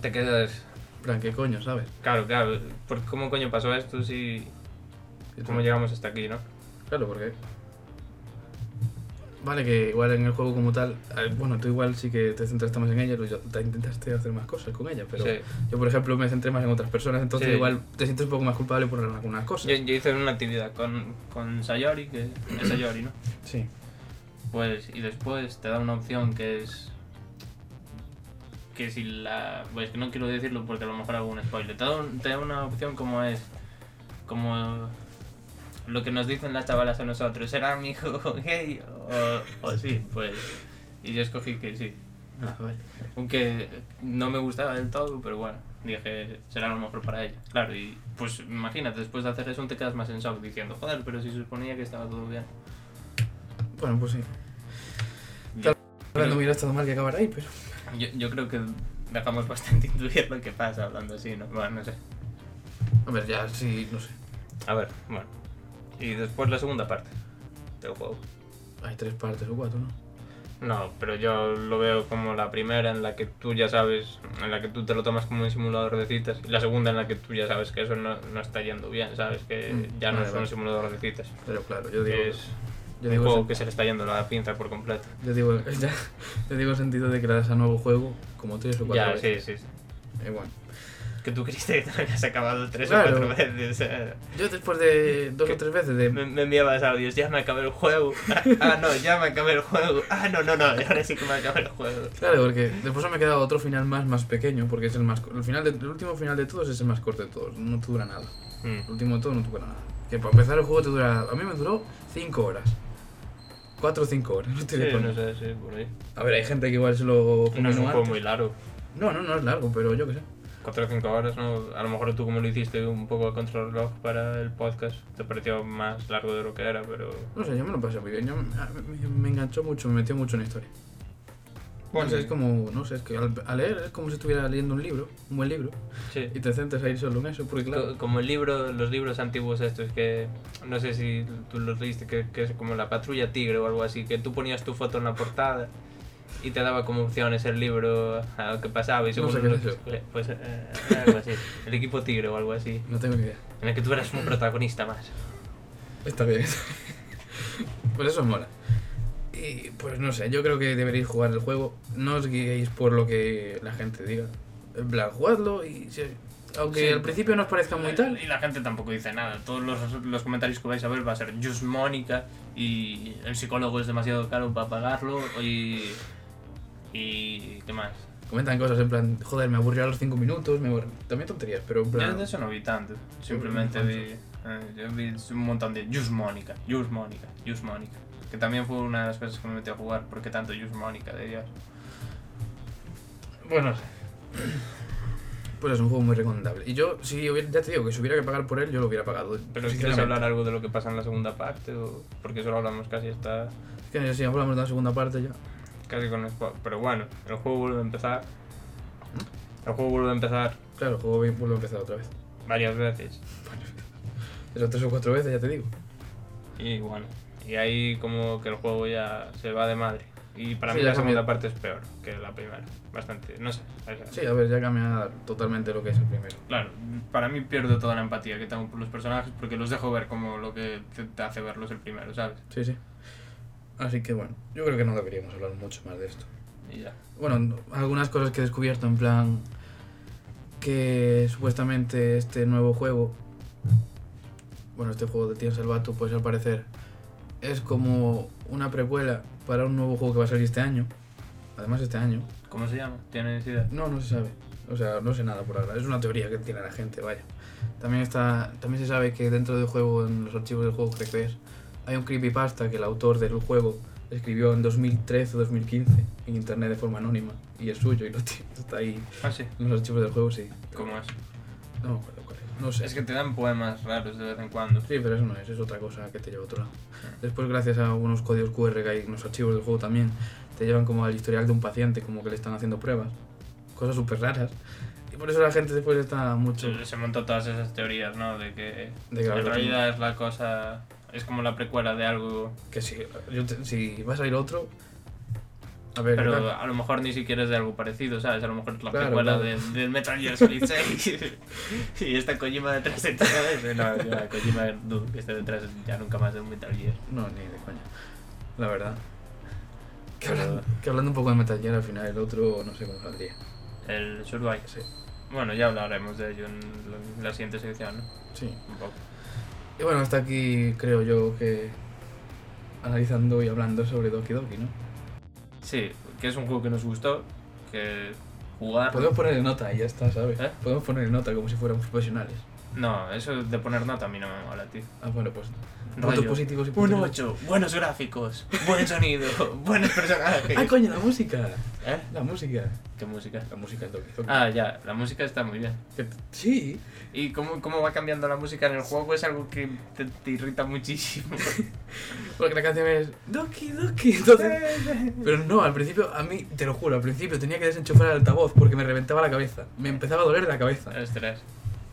S2: te quedas...
S1: plan, ¿qué coño, sabes?
S2: Claro, claro. ¿Por ¿Cómo coño pasó esto si...
S1: Y
S2: ¿Cómo
S1: tal.
S2: llegamos hasta aquí, no?
S1: Claro, porque. Vale, que igual en el juego como tal. eh, Bueno, tú igual sí que te centraste más en ella, Luis, yo- te intentaste hacer más cosas con ella, pero
S2: Sí.
S1: yo, por ejemplo, me centré más en otras personas, entonces
S2: Sí.
S1: igual te sientes un poco más culpable por algunas cosas.
S2: Yo, yo hice una actividad con, con Sayori, que es Sayori, ¿no?
S1: Sí.
S2: Pues, y después te da una opción que es. Que si la. Pues que no quiero decirlo porque a lo mejor hago un spoiler. Te da, un- te da una opción como es. Como. Lo que nos dicen las chavalas a nosotros. ¿Era mi hijo gay? O, o sí, pues. Y yo escogí que sí.
S1: Ah, vale.
S2: Aunque no me gustaba del todo, pero bueno, dije, será lo mejor para ella. Claro, y pues imagínate, después de hacer eso te quedas más en shock diciendo, joder, pero si suponía que estaba todo bien.
S1: Bueno, pues sí.
S2: Yo,
S1: Ahora no hubiera estado mal que acabar ahí, pero.
S2: yo, yo creo que dejamos bastante intuir lo que pasa hablando así, ¿no? Bueno, no sé.
S1: A ver, ya sí, no sé.
S2: A ver, bueno. Y después la segunda parte del juego.
S1: Hay tres partes o cuatro, ¿no?
S2: No, pero yo lo veo como la primera en la que tú ya sabes, en la que tú te lo tomas como un simulador de citas, y la segunda en la que tú ya sabes que eso no, no está yendo bien, sabes que
S1: Mm,
S2: ya no
S1: vale,
S2: es un
S1: vale.
S2: simulador de citas.
S1: Pero claro, yo digo.
S2: que es
S1: yo
S2: un
S1: digo
S2: juego
S1: sen-
S2: que se le está yendo la pinza por completo.
S1: Yo digo, ya, yo digo el sentido de que le das a nuevo juego como tres o cuatro
S2: Ya, sí,
S1: veces.
S2: sí, sí.
S1: Eh, bueno.
S2: Que tú creíste que te lo habías acabado tres
S1: Claro.
S2: o cuatro veces. eh.
S1: Yo después de dos o tres veces de
S2: Me, me enviabas audios, ya me acabé el juego. Ah, no, ya me acabé el juego. Ah, no, no, no, ahora sí que me acabé el juego.
S1: Claro, porque después me ha quedado otro final más, más pequeño, porque es el más cor- el final de- el último final de todos es el más corto de todos, no te dura nada. El último de todos no te dura nada. Que para empezar el juego te dura. A mí me duró 5 horas. 4 o 5 horas, no te
S2: Sí,
S1: digo
S2: no
S1: nada.
S2: sé, sí, por ahí.
S1: A ver, hay gente que igual se lo
S2: No es un
S1: combinó
S2: juego
S1: antes.
S2: muy largo.
S1: No, no, no es largo, pero yo qué sé.
S2: Cuatro o cinco horas, ¿no? A lo mejor tú como lo hiciste un poco a contrarreloj para el podcast, te pareció más largo de lo que era, pero...
S1: No sé, yo me lo pasé muy bien. yo- a- me, me enganchó mucho, me metió mucho en la historia.
S2: Bueno,
S1: no sé, es como, no sé, es que al, al leer es como si estuviera leyendo un libro, un buen libro,
S2: Sí.
S1: y te centras ahí solo en eso, porque claro.
S2: Co- Como el libro, los libros antiguos estos que no sé si tú los leíste, que, que es como la patrulla tigre o algo así, que tú ponías tu foto en la portada y te daba como opciones el libro a lo que pasaba y
S1: No
S2: según
S1: sé qué
S2: lo
S1: es
S2: que
S1: eso.
S2: escogías- pues eh, algo así, el equipo tigre o algo así,
S1: No tengo ni idea.
S2: en el que tú eras un protagonista más.
S1: Está bien. pues eso mola. Y pues no sé, yo creo que deberéis jugar el juego. No os guiéis por lo que la gente diga. En plan, jugadlo y si- aunque
S2: Sí.
S1: al principio no os parezca muy tal.
S2: Y la gente tampoco dice nada, todos los, los comentarios que vais a ver va a ser Just Mónica y el psicólogo es demasiado caro para pagarlo y... y ¿qué más?
S1: Comentan cosas en plan, joder, me aburrió a los 5 minutos, me aburrió. También tonterías, pero en
S2: Yo
S1: plan.
S2: de eso no vi tanto. Simplemente
S1: ¿cuánto?
S2: vi, eh, yo vi un montón de Just Mónica, Just Mónica, Just Mónica. Que también fue una de las cosas que me metí a jugar, porque tanto Just Mónica de Dios.
S1: Bueno, no sé. Pues es un juego muy recomendable. Y yo, si hubiera, ya te digo que si hubiera que pagar por él, yo lo hubiera pagado.
S2: Pero ¿quieres
S1: sinceramente.
S2: hablar algo de lo que pasa en la segunda parte? O... Porque solo hablamos casi hasta...
S1: Es que no sé si hablamos de la segunda parte ya.
S2: casi con spo- Pero bueno, el juego vuelve a empezar. El juego vuelve a empezar
S1: Claro, el juego vuelve a empezar otra vez.
S2: varias veces.
S1: Pero tres o cuatro veces, ya te digo.
S2: Y bueno, y ahí como que el juego ya se va de madre. Y para
S1: Sí,
S2: mí
S1: ya
S2: la segunda
S1: cambia.
S2: parte es peor que la primera. Bastante, no sé. o sea,
S1: Sí, a ver, ya cambia totalmente lo que es el primero.
S2: Claro, para mí pierdo toda la empatía que tengo por los personajes porque los dejo ver como lo que te, te hace verlos el primero, ¿sabes?
S1: Sí, sí. Así que bueno, yo creo que no deberíamos hablar mucho más de esto.
S2: Y ya.
S1: Bueno, no- algunas cosas que he descubierto en plan que supuestamente este nuevo juego, bueno, este juego de Tien Salvato, pues al parecer es como una precuela para un nuevo juego que va a salir este año. Además este año.
S2: ¿Cómo se llama? ¿Tienes idea?
S1: No, no se sabe. O sea, no sé nada por ahora. Es una teoría que tiene la gente, vaya. También está, también se sabe que dentro del juego, en los archivos del juego, creo que es, hay un creepypasta que el autor del juego escribió en 2013 o 2015 en internet de forma anónima y es suyo y lo tiene, está ahí
S2: Ah, sí.
S1: en los archivos del juego, sí.
S2: ¿Cómo es?
S1: No me acuerdo cuál es. No sé.
S2: Es que te dan poemas raros de vez en cuando.
S1: Sí, pero eso no es, es otra cosa que te lleva a otro lado.
S2: Ah.
S1: Después, gracias a unos códigos QR que hay en los archivos del juego también, te llevan como al historial de un paciente, como que le están haciendo pruebas. Cosas súper raras. Y por eso la gente después está mucho...
S2: Se, se montó todas esas teorías, ¿no? De que
S1: De que
S2: en
S1: habla-
S2: realidad es la cosa... Es como la precuela de algo...
S1: Que si, yo te- si va a salir otro, A ver,
S2: Pero
S1: claro.
S2: a lo mejor ni siquiera es de algo parecido, ¿sabes? A lo mejor es la
S1: Claro,
S2: precuela
S1: claro.
S2: del- del Metal Gear Solid 6 y esta Kojima detrás de todo eso. No, yo a Kojima dudo que esté detrás ya nunca más de un Metal Gear.
S1: No, ni de coña. La verdad. Que
S2: Pero-
S1: hablando, que hablando un poco de Metal Gear, al final el otro no sé cómo saldría.
S2: El Survive.
S1: Sí.
S2: Bueno, ya hablaremos de ello en la- en la siguiente sección, ¿no?
S1: Sí.
S2: Un poco.
S1: Y bueno, hasta aquí creo yo que analizando y hablando sobre Doki Doki, ¿no?
S2: Sí, que es un juego que nos gustó, que jugar...
S1: Podemos ponerle nota y ya está, ¿sabes?
S2: ¿Eh?
S1: Podemos ponerle nota como si fuéramos profesionales.
S2: No, eso de poner nota a mí no me mola, tío.
S1: Ah, bueno, pues puntos
S2: Rayo.
S1: positivos y
S2: Un
S1: puntos
S2: 8, buenos gráficos, buen sonido, buenos personajes.
S1: ¡Ah, coño, la música!
S2: ¿Eh?
S1: La música.
S2: ¿Qué música?
S1: La música es Doki Doki.
S2: Ah, ya, la música está muy bien.
S1: Que- Sí.
S2: ¿Y cómo, cómo va cambiando la música en el juego? Es algo que te, te irrita muchísimo.
S1: Porque la canción es Doki Doki. Entonces, Pero no, al principio, a mí, te lo juro, al principio tenía que desenchufar el altavoz porque me reventaba la cabeza. Me empezaba a doler la cabeza.
S2: Ostras.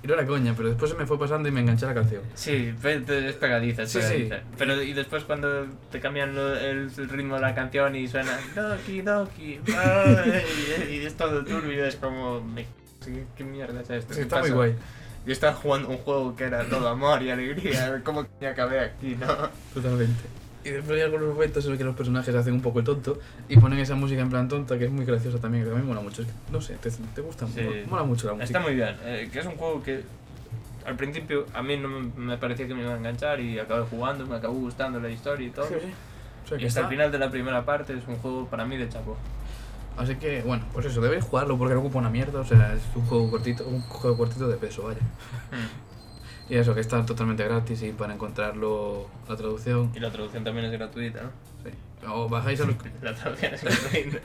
S1: Y no era coña, pero después se me fue pasando y me enganché a la canción.
S2: Sí, pe- te- es pegadiza, es
S1: Sí, sí.
S2: pegadiza. Pero y después cuando te cambian lo- el ritmo de la canción y suena Doki Doki, ah", y, y es todo turbio, es como. me- ¿Qué, qué mierda es esto?
S1: Sí,
S2: ¿Qué
S1: está muy
S2: pasa?
S1: guay.
S2: Yo estaba jugando un juego que era todo amor y alegría. ¿Cómo que acabé aquí, no?
S1: Totalmente. Y después hay algunos momentos en los que los personajes hacen un poco el tonto y ponen esa música en plan tonta que es muy graciosa también, que a mí mola mucho. Es que, No sé, te, te gusta,
S2: Sí.
S1: mola, mola mucho la música.
S2: Está muy bien, eh, que es un juego que al principio a mí no me- me parecía que me iba a enganchar y acabé jugando, me acabó gustando la historia y todo.
S1: Sí, sí. O sea, que
S2: Y hasta
S1: está-
S2: el final de la primera parte es un juego para mí de chapo.
S1: Así que, bueno, pues eso, debéis jugarlo porque no ocupa una mierda. O sea, es un juego cortito, un juego cortito de peso, vaya.
S2: Hmm.
S1: Y eso, que está totalmente gratis y para encontrarlo la traducción.
S2: Y la traducción también es gratuita, ¿no?
S1: sí. O bajáis a los,
S2: La traducción es gratuita.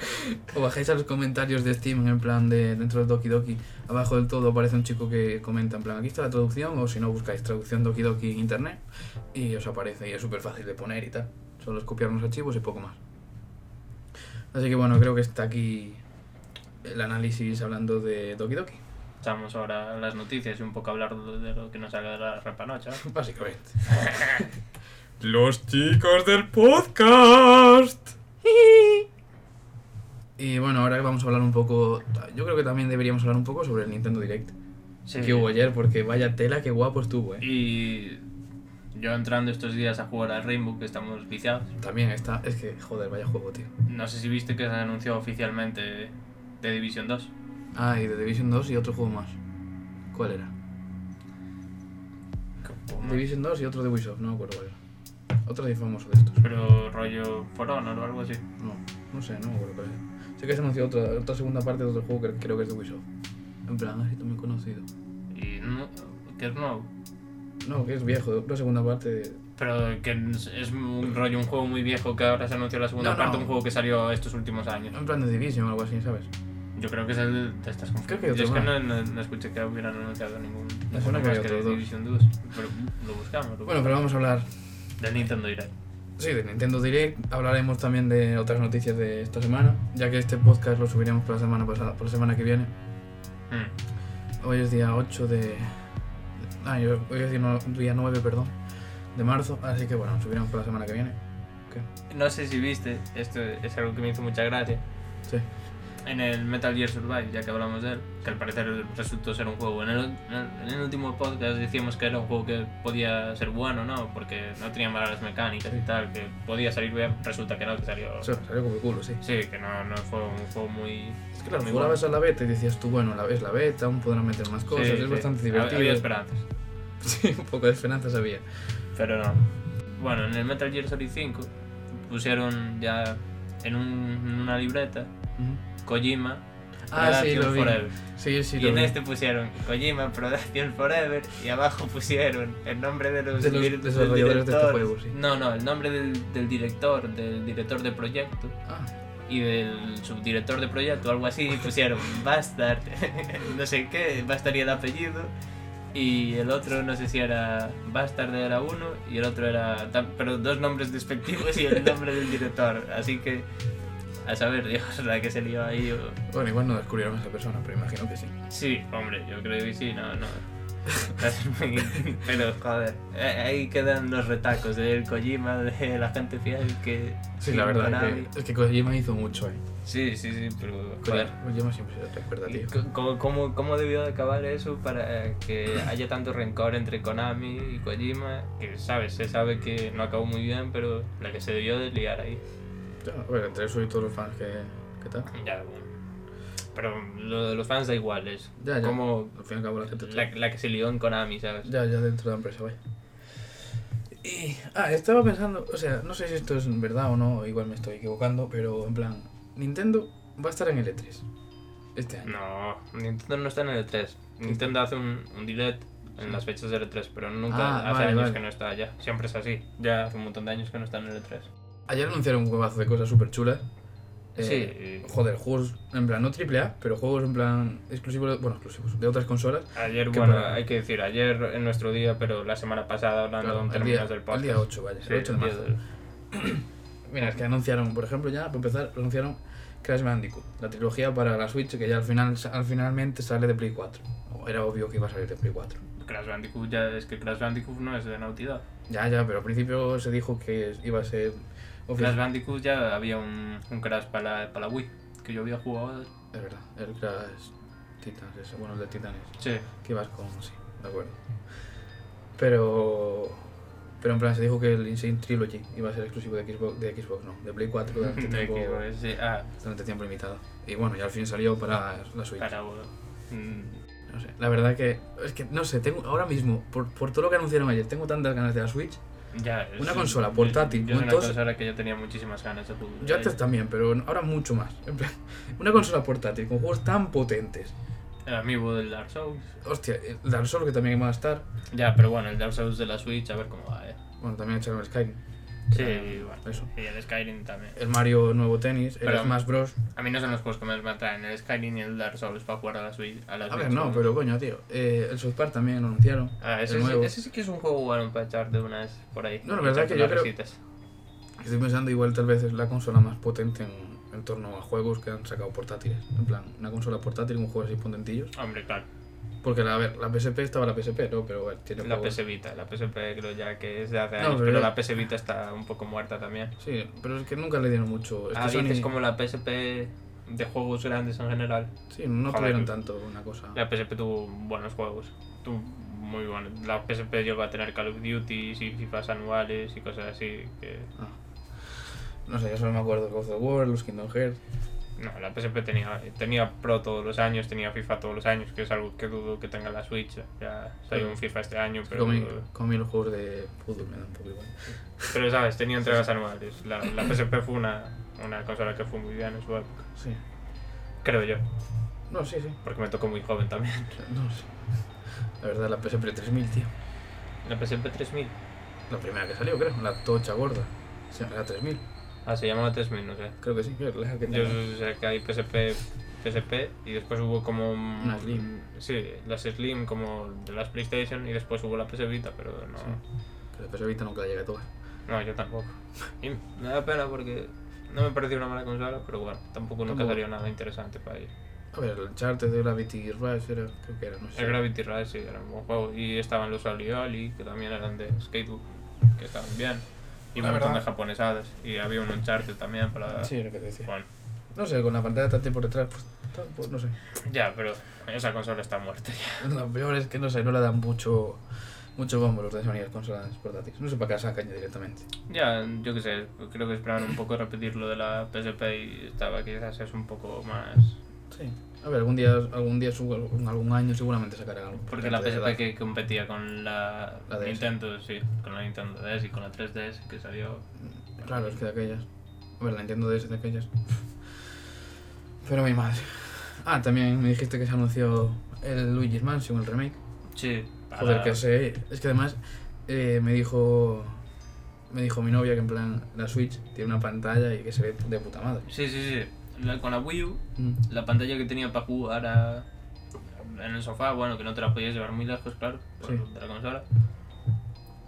S1: O bajáis a los comentarios de Steam en plan de dentro del Doki Doki, abajo del todo aparece un chico que comenta en plan aquí está la traducción o si no buscáis traducción Doki Doki en internet y os aparece y es súper fácil de poner y tal. Solo es copiar unos archivos y poco más. Así que bueno, creo que está aquí el análisis hablando de Doki Doki,
S2: Echamos ahora las noticias y un poco hablar de de lo que nos haga de la repanocha.
S1: básicamente. los chicos del podcast. y bueno, ahora vamos a hablar un poco, yo creo que también deberíamos hablar un poco sobre el Nintendo Direct.
S2: Sí.
S1: que hubo ayer, porque vaya tela, que guapo estuvo, eh.
S2: Y yo entrando estos días a jugar al Rainbow, que estamos viciados,
S1: También está, es que, joder, vaya juego, tío.
S2: no sé si viste que se anunció oficialmente de Division 2.
S1: Ah, y The Division 2 y otro juego más. ¿Cuál era? Division 2 y otro de Ubisoft, no me acuerdo cuál era. Otro de famoso de estos.
S2: Pero rollo For Honor o algo así.
S1: No, no sé, no me acuerdo cuál era. Sé que se anunció otra, otra segunda parte de otro juego que creo que es de Ubisoft. En plan, así muy conocido.
S2: Y no, que es nuevo.
S1: No, que es viejo, la segunda parte de...
S2: Pero que es un rollo, un juego muy viejo que ahora se anunció la segunda
S1: No, no.
S2: parte, un juego que salió estos últimos años.
S1: En plan de Division o algo así, ¿sabes?
S2: Yo creo que es el te estás
S1: Creo que hay
S2: confundiendo.
S1: otro
S2: Yo es que no,
S1: más.
S2: no, no escuché que hubieran anunciado ningún.
S1: Me suena
S2: ninguno
S1: que hay
S2: más
S1: otros
S2: de
S1: dos.
S2: Division 2. Pero lo buscamos. Lo
S1: Bueno, pero vamos a hablar,
S2: buscamos. Del Nintendo Direct.
S1: sí, de Nintendo Direct. Hablaremos también de otras noticias de esta semana, ya que este podcast lo subiremos para la semana pasada, para la semana que viene.
S2: Mm.
S1: Hoy es día 8 de. Ah, yo- hoy es día no- día 9, perdón, de marzo, así que bueno, subiremos para la semana que viene.
S2: No sé si viste, esto es algo que me hizo mucha gracia.
S1: Sí.
S2: En el Metal Gear Survive, ya que hablamos de él, que al parecer resultó ser un juego. En el, en el- en el último podcast decíamos que era un juego que podía ser bueno, ¿no? Porque no tenía malas mecánicas y
S1: Sí.
S2: tal, que podía salir bien. Resulta que no, que salió.
S1: O sea, salió como el culo, sí.
S2: Sí, que no, no fue un juego muy.
S1: Es que claro,
S2: muy
S1: jugabas a la beta y decías tú, bueno, la ves la beta, aún podrán meter más cosas,
S2: Sí,
S1: es
S2: sí.
S1: bastante
S2: Había-
S1: divertido.
S2: Había esperanzas.
S1: sí, un poco de esperanza sabía.
S2: Pero no. Bueno, en el Metal Gear Solid 5 pusieron ya en, un- en una libreta Kojima
S1: Ah, sí,
S2: Predation
S1: lo vi.
S2: Forever.
S1: Sí, sí,
S2: y
S1: lo
S2: en
S1: vi.
S2: este pusieron Kojima Predation Forever y abajo pusieron el nombre de los,
S1: De los
S2: dir- del
S1: desarrolladores de este
S2: director.
S1: juego, sí.
S2: No, no, el nombre del, del director, del director de proyecto
S1: Ah,
S2: y del subdirector de proyecto, algo así, y pusieron Bastard, no sé qué, Bastard y el apellido. Y el otro, no sé si era Bastard era uno y el otro era. tam- Pero dos nombres despectivos y el nombre del director. Así que. A saber, Dios, la que se lió ahí. o-
S1: bueno, igual no descubrieron a esa persona, pero imagino que sí.
S2: Sí, hombre, yo creo que sí, no, no. Es muy- Pero joder, eh, ahí quedan los retacos del Kojima, de la gente fiel que...
S1: Sí, la verdad. es que- es que Kojima hizo mucho ahí.
S2: Sí, sí, sí, pero joder.
S1: Kojima, Kojima siempre se recuerda, tío.
S2: ¿Cómo, cómo, cómo debió de acabar eso para eh, que haya tanto rencor entre Konami y Kojima? Que sabes, se sabe que no acabó muy bien, pero la que se debió de liar ahí.
S1: Ya, a ver, entre eso y todos los fans que, que tal.
S2: Ya, bueno. Pero lo de los fans da igual, es
S1: Ya, ya.
S2: como
S1: Al fin y al cabo la gente...
S2: la, la que se lió en Konami, ¿sabes?
S1: Ya, ya dentro de la empresa, vaya. Y, ah, estaba pensando, o sea, no sé si esto es verdad o no, igual me estoy equivocando, pero en plan, Nintendo va a estar en el E3 este año.
S2: No, Nintendo no está en el E3. Nintendo hace un, un delete
S1: Sí.
S2: en las fechas del E3, pero nunca
S1: Ah,
S2: hace
S1: vale,
S2: años
S1: vale.
S2: que no está allá. Siempre es así. Ya hace un montón de años que no está en el E E3.
S1: Ayer anunciaron un huevazo de cosas súper chulas. Eh,
S2: Sí.
S1: Joder, juegos, en plan, no triple A, pero juegos en plan exclusivos, de- bueno, exclusivos, de otras consolas.
S2: Ayer,
S1: Qué
S2: bueno,
S1: pena.
S2: hay que decir, ayer en nuestro día, pero la semana pasada hablando
S1: Claro,
S2: en
S1: el,
S2: términos
S1: día,
S2: del podcast.
S1: el día 8, vaya,
S2: Sí,
S1: el 8 de
S2: el día
S1: marzo.
S2: del-
S1: Mira, es que anunciaron, por ejemplo, ya, para empezar, anunciaron Crash Bandicoot, la trilogía para la Switch, que ya al final al finalmente sale de Play 4. Era obvio que iba a salir de Play 4.
S2: Crash Bandicoot ya es que Crash Bandicoot no es de Naughty Dog.
S1: Ya, ya, pero al principio se dijo que iba a ser
S2: Crash
S1: oficial.
S2: Bandicoot ya había un, un Crash para la, para la Wii, que yo había jugado.
S1: Es verdad, el Crash Titans, ese, bueno, el de Titanes,
S2: Sí,
S1: que ibas con, sí, de acuerdo. Pero, pero en plan, se dijo que el Insane Trilogy iba a ser exclusivo de Xbox, de Xbox no, de Play 4 durante
S2: de
S1: tiempo,
S2: que- sí, ah,
S1: durante tiempo limitado. Y bueno, y al fin salió para la Switch.
S2: para. mm,
S1: No sé, la verdad que, es que, no sé, tengo ahora mismo, por, por todo lo que anunciaron ayer, tengo tantas ganas de la Switch.
S2: Ya, es
S1: Una
S2: un-
S1: consola
S2: yo-
S1: portátil,
S2: Yo es una
S1: puntos.
S2: consola que yo tenía muchísimas ganas de jugar. Eh,
S1: Yo antes también, pero ahora mucho más. En plan, una consola portátil con juegos tan potentes.
S2: El amigo del Dark Souls.
S1: Hostia, el Dark Souls que también va a estar.
S2: Ya, pero bueno, el Dark Souls de la Switch, a ver cómo va, eh.
S1: Bueno, también echaron el Skyrim.
S2: Sí,
S1: Eh,
S2: bueno.
S1: Eso.
S2: Y el Skyrim también.
S1: El Mario nuevo tenis, el
S2: Pero-
S1: Smash Bros.
S2: A mí no son los juegos que más me atraen, el Skyrim y el Dark Souls para jugar a la Switch. A, la
S1: A
S2: Switch,
S1: ver, no, pero coño, tío. eh, el South Park también lo anunciaron.
S2: Ah, ese,
S1: el
S2: sí,
S1: nuevo.
S2: ese sí que es un juego bueno para echar de unas por ahí.
S1: No, la verdad
S2: Echarte
S1: que yo
S2: unas
S1: creo-
S2: risitas.
S1: Estoy pensando, igual tal vez es la consola más potente en, en torno a juegos que han sacado portátiles. En plan, una consola portátil con juegos así potentillos.
S2: Hombre, claro.
S1: Porque la, a ver, la PSP estaba la PSP, ¿no? Pero bueno, tiene
S2: La
S1: juegos-
S2: PS Vita, la PSP creo ya que es de hace
S1: No,
S2: años,
S1: pero
S2: pero
S1: ya-
S2: la PS Vita está un poco muerta también.
S1: Sí, pero es que nunca le dieron mucho. Es
S2: ah,
S1: que Sony-
S2: dices como la PSP de juegos grandes en general.
S1: Sí, no
S2: Joder.
S1: tuvieron tanto una cosa.
S2: La PSP tuvo buenos juegos. Tuvo muy buenos. La PSP llegó a tener Call of Duty y FIFAs anuales y cosas así. Que...
S1: Ah. No sé, yo solo me acuerdo de God of War, los Kingdom Hearts.
S2: No, la PSP tenía, tenía Pro todos los años, tenía FIFA todos los años, que es algo que dudo que tenga la Switch. Ya salió un FIFA este año, pero,
S1: Como como los juegos de fútbol me da un poco igual.
S2: pero sabes, tenía entregas anuales. La, la PSP fue una, una consola que fue muy bien en su época,
S1: Sí.
S2: creo yo,
S1: No, sí, sí.
S2: porque me tocó muy joven también.
S1: No sé. La verdad, la PSP 3000, tío.
S2: La PSP 3000.
S1: La primera que salió, creo. La tocha gorda. Sí, la 3000.
S2: Ah, se llamaba 3000, no sé.
S1: Creo que sí, que es la que
S2: Yo
S1: tenía.
S2: sé que hay PSP, PSP y después hubo como...
S1: Una Slim.
S2: Sí, las Slim como de las PlayStation y después hubo la PS Vita, pero no...
S1: Sí. Que la PSP Vita nunca la llegué a tocar.
S2: No, yo tampoco. Y me da pena porque no me pareció una mala consola, pero bueno, tampoco nunca
S1: Tampoco.
S2: salió nada interesante para ello.
S1: A ver, el Uncharted de Gravity Rush era, creo que era, no sé.
S2: El Gravity Rush sí, era un buen juego y estaban los Oli Oli, que también eran de Skatebook, que estaban bien. Y un
S1: La
S2: montón de
S1: verdad.
S2: japonesadas. Y había un Uncharted también para...
S1: Sí, lo que te decía.
S2: Bueno,
S1: No sé, con la pantalla táctil por detrás, pues, tal, pues no sé.
S2: ya, pero esa consola está muerta ya.
S1: Lo peor es que no sé, no le dan mucho, mucho bombo los de Sony a las consolas portátiles. No sé para qué la sacan ya directamente.
S2: Ya, yo qué sé, creo que esperaban un poco repetir lo de la PSP y estaba quizás es un poco más...
S1: Sí. A ver, algún día, algún día, su- algún, algún año seguramente sacarán algo.
S2: Porque la PSP
S1: Portátil,
S2: que competía con la,
S1: La DS.
S2: Nintendo, sí, con la Nintendo DS y con la 3DS que salió...
S1: Claro, es que de aquellas. A ver, la Nintendo DS de aquellas. Pero mi madre. Ah, también me dijiste que se anunció el Luigi's Mansion, el remake.
S2: Sí. para-
S1: Joder, que sé. Es que además eh, me dijo... Me dijo mi novia que en plan la Switch tiene una pantalla y que se ve de puta madre.
S2: Sí, sí, sí. La- con la Wii U,
S1: Mm.
S2: la pantalla que tenía para jugar a- en el sofá, bueno, que no te la podías llevar muy lejos, claro, por-
S1: Sí.
S2: de la consola.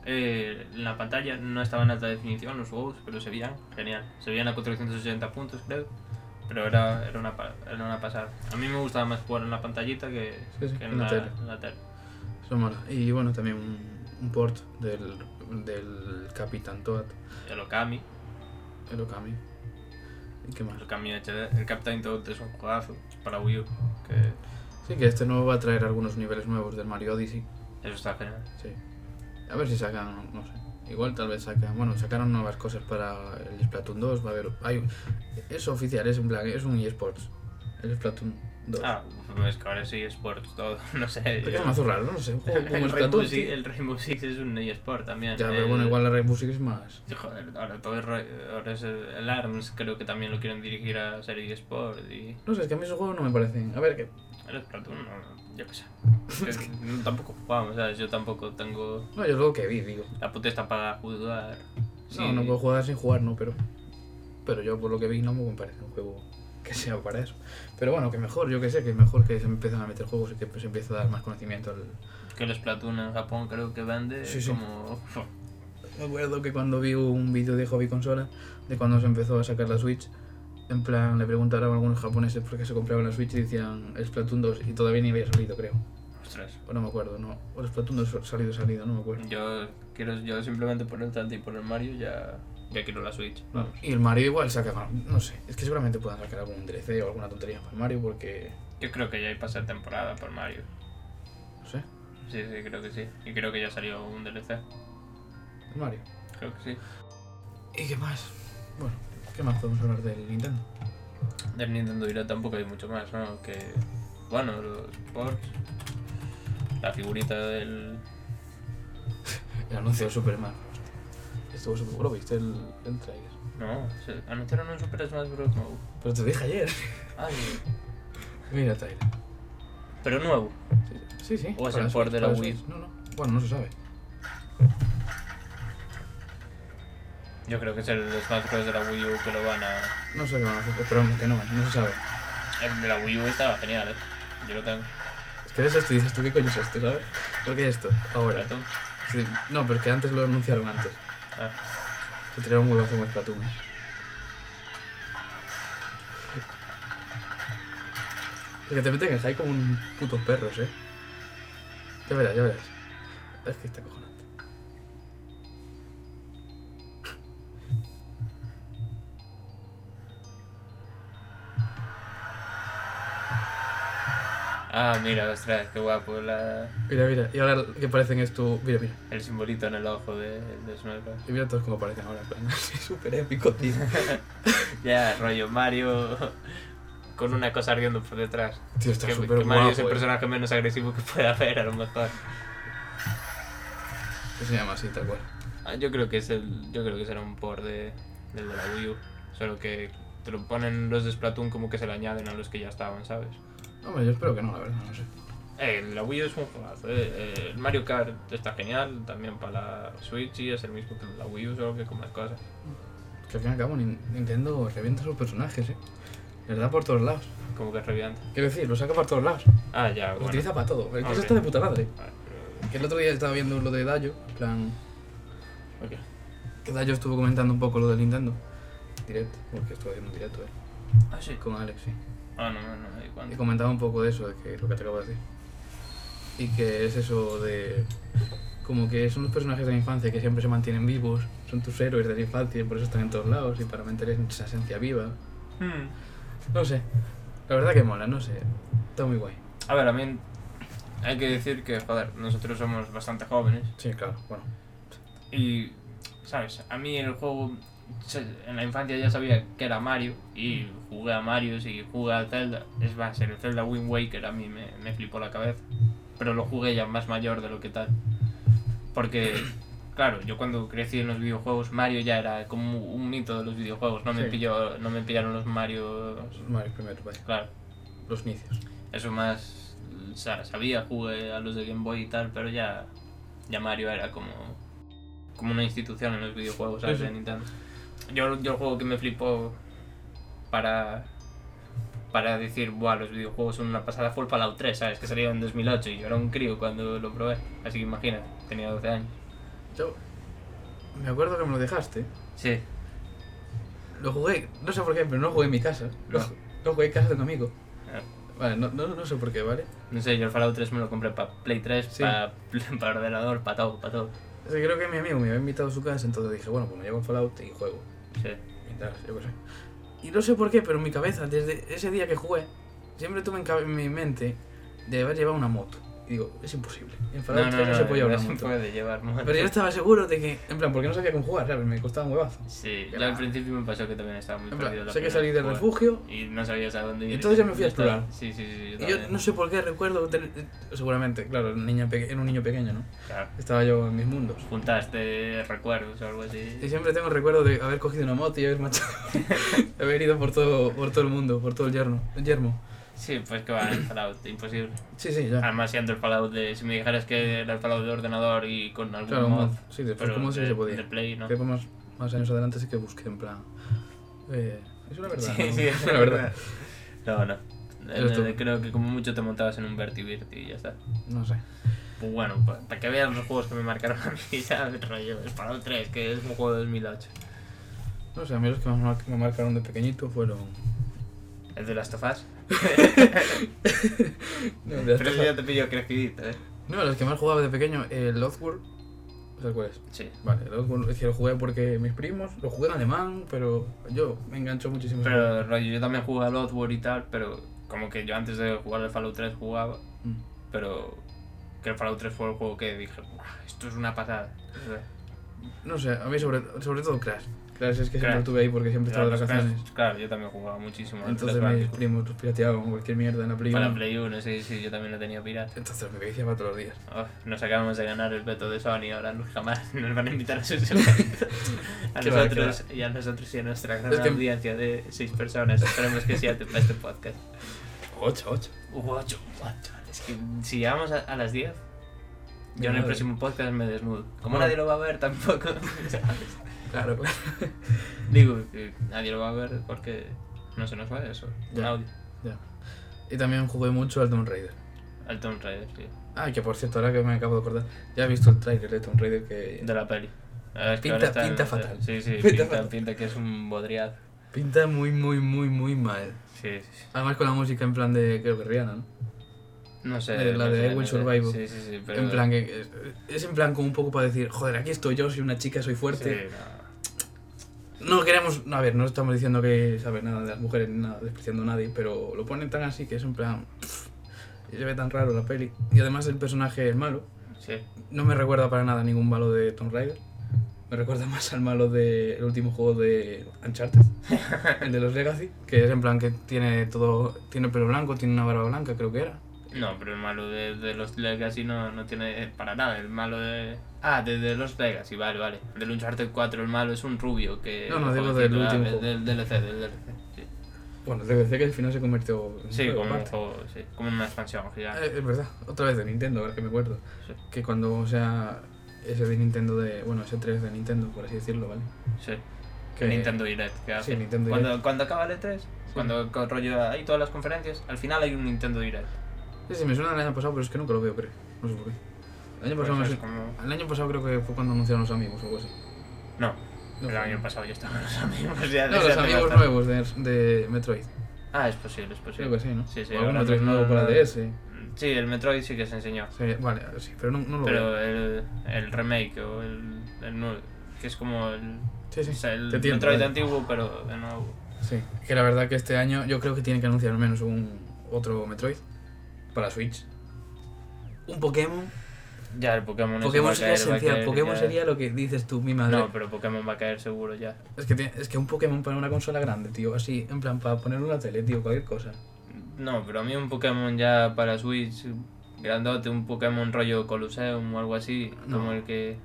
S2: Eh, la pantalla no estaba en alta definición, los juegos, pero se veían genial. Se veían a 480 puntos, creo. Pero era, era, una, pa- era una pasada. A mí me gustaba más jugar en la pantallita que,
S1: Sí, sí,
S2: que en,
S1: en la
S2: la,
S1: tele.
S2: en la tele.
S1: Eso mola. Y bueno, también un, un port del, del Capitán Toad,
S2: El Okami.
S1: el Okami. ¿Y qué más?
S2: El Okami HD. El Captain Toad es un juegazo para Wii U. Que
S1: Sí, que este nuevo va a traer algunos niveles nuevos del Mario Odyssey.
S2: eso está genial.
S1: Sí. A ver si sacan, no sé. Igual tal vez sacan, bueno, sacaron nuevas cosas para el Splatoon 2, va a haber... Hay, es oficial, es en plan, es un eSports. El Splatoon 2.
S2: Ah, es que ahora sí eSports todo. No sé.
S1: Pero que es mazo raro, no sé, un juego como
S2: el,
S1: el
S2: Rainbow
S1: Splatoon.
S2: Six,
S1: tío.
S2: el Rainbow Six es un eSport también.
S1: Ya, pero
S2: El-
S1: bueno, igual la Rainbow Six es más...
S2: Joder, ahora todo es, ro- ahora es el, el ARMS, creo que también lo quieren dirigir a ser eSport y...
S1: No sé, es que a mí esos juegos no me parecen... A ver, que...
S2: El Splatoon, no, yo qué sé. Yo no- tampoco jugamos, ¿sabes? Yo tampoco tengo
S1: No, yo es lo que vi, digo.
S2: la potestad para jugar.
S1: No, no puedo jugar sin jugar, no, pero... Pero yo por lo que vi no me parece un juego que sea para eso. Pero bueno, que mejor, yo que sé, que es mejor que se empiezan a meter juegos y que se empieza a dar más conocimiento al,
S2: Que el Splatoon en Japón creo que vende
S1: Sí, sí.
S2: como...
S1: Me acuerdo que cuando vi un vídeo de Hobby Consola, de cuando se empezó a sacar la Switch, en plan le preguntaron a algunos japoneses por qué se compraban la Switch y decían Splatoon 2 y todavía ni había salido, creo.
S2: Ostras.
S1: O no me acuerdo, no. O Splatoon 2 salido, salido, no me acuerdo.
S2: Yo quiero yo simplemente por el Tanti y por el Mario ya, ya quiero la Switch. Vamos.
S1: Y el Mario igual saca, no sé, es que seguramente puedan sacar algún DLC o alguna tontería para el Mario porque,
S2: Yo creo que ya hay pasar temporada por Mario.
S1: no sé,
S2: Sí, sí, creo que sí. Y creo que ya salió un DLC.
S1: el Mario.
S2: Creo que sí.
S1: ¿Y qué más? Bueno, ¿qué más podemos hablar del Nintendo?
S2: Del Nintendo Direct tampoco hay mucho más, ¿no? Que. Bueno, los ports. La figurita del.
S1: El anuncio de Superman. Estuvo súper bueno, ¿viste el, el trailer?
S2: No, se anunciaron un Super Smash Bros. nuevo.
S1: Pero te lo dije ayer.
S2: Ay,
S1: Mira el trailer.
S2: pero nuevo.
S1: Sí, sí.
S2: ¿O es
S1: para
S2: el port de
S1: para
S2: la Wii?
S1: No, no. Bueno, no se sabe.
S2: Yo creo que es el Smash Bros. de la Wii U que lo van a.
S1: No sé qué van a hacer. Esperamos que no, no se sabe.
S2: El de la Wii U estaba genial, ¿eh? Yo lo tengo.
S1: Es que ves esto y dices tú, ¿qué coño es esto, sabes? ¿Por qué esto? Ahora.
S2: Splatoon.
S1: Sí, No, pero que antes lo anunciaron antes.
S2: Ah,
S1: Se tiraron muy bajo con Splatoon. ¿eh? Es que te meten en high como un putos perros, eh. Ya verás, ya verás. Es que está cojonante.
S2: Ah, mira, ostras, qué guapo la...
S1: Mira, mira. Y ahora que parecen esto. Mira, mira.
S2: el simbolito en el ojo de, de Smash Bros.
S1: Y mira todos cómo parecen ahora. en plan, así, Súper épico, tío.
S2: Ya, rollo Mario con una cosa ardiendo por detrás.
S1: Tío, está
S2: que,
S1: súper
S2: que
S1: guapo.
S2: Mario es el
S1: eh.
S2: personaje menos agresivo que pueda haber, a lo mejor.
S1: Que se llama así, tal cual.
S2: Ah, Yo creo que es el, yo creo que será un por de, del de la Wii U, solo que te lo ponen los de Splatoon como que se le añaden a los que ya estaban, ¿sabes?
S1: Hombre, yo espero que no, la verdad, no sé.
S2: Eh, el de la Wii U es un juegazo, eh, eh, el Mario Kart está genial, también para la Switch y es el mismo que el de la Wii U, solo que con más cosas.
S1: Que al fin y al cabo Nin- Nintendo revienta a sus personajes, ¿eh? Les da por todos lados.
S2: Como que es reviante.
S1: Quiero decir, lo saca por todos lados.
S2: Ah, ya,
S1: Lo
S2: bueno.
S1: utiliza para todo. El
S2: Ok.
S1: cosa está de puta madre.
S2: Vale, pero-
S1: Que el otro día estaba viendo lo de Dayo, en plan... Que Dayo estuvo comentando un poco lo de Nintendo. Directo, porque estuvo haciendo un directo, ¿eh?
S2: Ah, sí.
S1: Con Alex, sí.
S2: Ah, no, no, no, ahí
S1: Y
S2: cuando.
S1: comentaba un poco de eso, de que lo que te acabo de decir. Y que es eso de. Como que son los personajes de la infancia que siempre se mantienen vivos, son tus héroes de la infancia y por eso están en todos lados y para mantener esa esencia viva.
S2: Hmm.
S1: No sé. La verdad que mola, no sé. Está muy guay.
S2: A ver, a mí hay que decir que, joder, nosotros somos bastante jóvenes
S1: Sí, claro, bueno.
S2: y, ¿sabes? A mí el juego, se- en la infancia ya sabía que era Mario y jugué a Mario y jugué a Zelda. Es más, el Zelda Wind Waker a mí me, me flipó la cabeza, pero lo jugué ya más mayor de lo que tal. Porque, claro, yo cuando crecí en los videojuegos, Mario ya era como un mito de los videojuegos, no me,
S1: Sí.
S2: pilló, no me pillaron los Mario,
S1: Los Mario pues primero, vaya.
S2: claro.
S1: Los inicios.
S2: Eso más sa- sabía, jugué a los de Game Boy y tal, pero ya, ya Mario era como, como una institución en los videojuegos, ¿sabes?
S1: Sí, sí.
S2: De Nintendo. Yo, yo el juego que me flipó para, para decir, buah, los videojuegos son una pasada fue el Fallout 3, ¿sabes? Que salió en 2008 y yo era un crío cuando lo probé, así que imagina, tenía 12 años.
S1: Yo. Me acuerdo que me lo dejaste.
S2: Sí,
S1: Lo jugué, no sé por qué, pero no lo jugué en mi casa. Lo,
S2: No.
S1: ju- lo jugué en casa de un amigo. Vale, no, no, no sé por qué, ¿vale?
S2: No sé, yo el Fallout 3 me lo compré para Play 3,
S1: Sí.
S2: para ordenador, para todo, para todo.
S1: Es que creo que mi amigo me había invitado a su casa, entonces dije, bueno, pues me llevo un Fallout y juego.
S2: Sí.
S1: Mientras, yo qué sé. Y no sé por qué, pero en mi cabeza, desde ese día que jugué, siempre tuve en, cabe- en mi mente de haber llevado una moto. Y digo, es imposible. En Fallout 3 no, se puede llevar
S2: no
S1: una
S2: se
S1: moto.
S2: puede llevar moto.
S1: Pero yo estaba seguro de que, en plan, porque no sabía cómo jugar, ¿sabes? Me costaba un huevazo.
S2: Sí, yo
S1: Era-
S2: al principio me pasó que también estaba muy
S1: En
S2: perdido.
S1: plan,
S2: la
S1: sé que
S2: primera
S1: salí del
S2: vez que
S1: refugio
S2: jugué. Y no sabías a dónde ir.
S1: Entonces ya me fui a
S2: Ya está.
S1: explorar.
S2: Sí, sí, sí.
S1: y yo
S2: también.
S1: no sé por qué recuerdo tener- eh, seguramente, claro, niña peque- era un niño pequeño, ¿no?
S2: Claro,
S1: Estaba yo en mis mundos.
S2: juntaste recuerdos o algo
S1: Y
S2: así.
S1: siempre tengo el recuerdo de haber cogido una moto y haber matado. de haber ido por todo, por todo el mundo, por todo el yerno, el yermo.
S2: Sí, pues que va, el Fallout, imposible.
S1: Sí, sí, ya.
S2: Además, siendo el Fallout de. Si me dijeras que era el Fallout de ordenador y con algún
S1: Claro,
S2: mod.
S1: mod. Sí, después
S2: pero
S1: como sí
S2: de-
S1: se podía.
S2: De Play, ¿no?
S1: Que fue más, más años adelante sí que busqué en plan. eh, es una verdad.
S2: Sí,
S1: ¿no?
S2: sí,
S1: es una verdad.
S2: No, no.
S1: Eso es
S2: Eh,
S1: todo.
S2: creo que como mucho te montabas en un vertivirti y ya está.
S1: No sé.
S2: Pues bueno, pa- para que veas los juegos que me marcaron a mí, ¿sabes? Rollo, es Fallout 3, que es un juego de 2008.
S1: No sé, a mí los que más mar- me marcaron de pequeñito fueron.
S2: El de Last of Us.
S1: No, de
S2: Pero eso
S1: hasta-
S2: ya te pillo crecidito, ¿eh?
S1: no, los que más jugaba de pequeño, el Oddworld. ¿Sabes cuál es?
S2: Sí.
S1: Vale, el Oddworld es que lo jugué porque mis primos, lo jugué en alemán, pero yo me engancho muchísimo.
S2: Pero rollo, yo también jugué al Oddworld y tal, pero como que yo antes de jugar al Fallout 3 jugaba,
S1: Mm.
S2: pero que el Fallout 3 fue el juego que dije, "Buah, esto es una pasada.
S1: No sé, a mí sobre, sobre todo Crash. Crash es que siempre
S2: Crash.
S1: lo tuve ahí porque siempre estaba de
S2: Claro,
S1: vacaciones.
S2: claro, yo también jugaba muchísimo. al
S1: Entonces
S2: Crash
S1: mis
S2: Bandicoot.
S1: primos los pirateaban cualquier mierda en la Play
S2: Para la
S1: uno.
S2: Play 1, sí, sí, yo también lo tenía pirata.
S1: Entonces me viciaba todos los días.
S2: Oh, nos acabamos de ganar el veto de Sony, ahora no- jamás nos van a invitar a sus eventos. A
S1: Qué va, qué
S2: nosotros y a nosotros y a nuestra gran
S1: Es que-
S2: audiencia de seis personas. Esperemos que siete para este podcast.
S1: 8, 8.
S2: Uh, ocho, ocho. Es que si llegamos a, a las 10, yo en
S1: Madre.
S2: el próximo podcast me desnudo. Como
S1: Madre.
S2: nadie lo va a ver tampoco. ¿sabes?
S1: Claro, claro.
S2: Digo, que nadie lo va a ver porque no se nos va eso. Un
S1: Ya.
S2: audio.
S1: Ya. Y también jugué mucho al Tomb Raider.
S2: Al Tomb Raider, sí.
S1: Ah, que por cierto, ahora que me acabo de acordar, ya he visto el tráiler de Tomb Raider que
S2: De la peli. La verdad es que
S1: Pinta-
S2: ahora está-
S1: pinta fatal.
S2: Sí, sí,
S1: Pinta
S2: pinta,
S1: fatal.
S2: pinta que es un bodriado.
S1: pinta muy, muy, muy, muy mal.
S2: Sí, sí, sí.
S1: Además con la música en plan de, creo que Rihanna, ¿no?
S2: No sé.
S1: De Eh, la
S2: no
S1: de
S2: sé,
S1: I Will
S2: no sé.
S1: Survive.
S2: Sí, sí, sí. Pero
S1: En plan que es, es en plan como un poco para decir, joder, aquí estoy yo, soy una chica, soy fuerte.
S2: Sí, no.
S1: No queremos, no, a ver, no estamos diciendo que sabes nada de las mujeres, ni nada, despreciando a nadie, pero lo ponen tan así que es en plan... pff, y se ve tan raro la peli. Y además el personaje, el malo,
S2: Sí.
S1: no me recuerda para nada a ningún malo de Tomb Raider. Me recuerda más al malo del último juego de Uncharted, el de los Legacy, que es en plan que tiene todo, tiene pelo blanco, tiene una barba blanca, creo que era.
S2: No, pero el malo de, de los Legacy no, no tiene para nada. El malo de. Ah, de, de los Legacy, vale, vale. Del Uncharted 4, el malo es un rubio que.
S1: No, no, digo
S2: jovencito,
S1: del
S2: ah,
S1: último
S2: del-
S1: juego.
S2: Del DLC, del DLC. Sí,
S1: Bueno, te decía que al final se convirtió en
S2: Sí,
S1: juego,
S2: como un
S1: aparte.
S2: juego, sí. Como una expansión gigante.
S1: Eh, es verdad, otra vez de Nintendo, ahora que me acuerdo.
S2: Sí.
S1: Que cuando, o sea, ese de Nintendo de, bueno, ese 3 de Nintendo, por así decirlo, ¿vale?
S2: Sí.
S1: Que-
S2: Nintendo Direct que hace.
S1: Nintendo
S2: cuando,
S1: Direct.
S2: cuando acaba el E3, cuando co- rollo hay todas las conferencias, al final hay un Nintendo Direct.
S1: Sí, sí, me suena del año pasado, pero es que nunca lo veo, creo. No sé por qué. El año
S2: Por
S1: pasado,
S2: eso
S1: me
S2: Pues es
S1: suena-
S2: como-
S1: el año pasado creo que fue cuando anunciaron los amigos o algo así.
S2: No,
S1: No
S2: el
S1: fue.
S2: año pasado yo estaba con los amigos. ya
S1: No,
S2: desde
S1: los
S2: hace
S1: amigos
S2: bastante.
S1: nuevos de, de Metroid.
S2: Ah, es posible, es posible.
S1: Creo que sí, ¿no?
S2: Sí, sí,
S1: O algún
S2: ahora
S1: Metroid
S2: mismo
S1: nuevo para
S2: no-
S1: DS.
S2: Sí, el Metroid sí que se enseñó.
S1: Sí, vale, sí, pero no, no lo veo.
S2: Pero el, el remake o el, el nuevo, que es como el,
S1: Sí, sí.
S2: o sea, el
S1: te entiendo,
S2: Metroid
S1: vale.
S2: antiguo, pero de nuevo.
S1: Sí, que la verdad que este año yo creo que tienen que anunciar al menos un otro Metroid para Switch. Un Pokémon.
S2: Ya, el Pokémon,
S1: Pokémon
S2: ese
S1: sería
S2: va a caer, va a
S1: esencial.
S2: caer,
S1: Pokémon
S2: ya.
S1: sería lo que dices tú, mi madre.
S2: No, pero Pokémon va a caer seguro ya.
S1: es, que tiene- es que un Pokémon para una consola grande, tío. Así, en plan, para poner una tele, tío, cualquier cosa.
S2: No, pero a mí un Pokémon ya para Switch grandote, un Pokémon rollo Colosseum o algo así,
S1: No.
S2: como el que...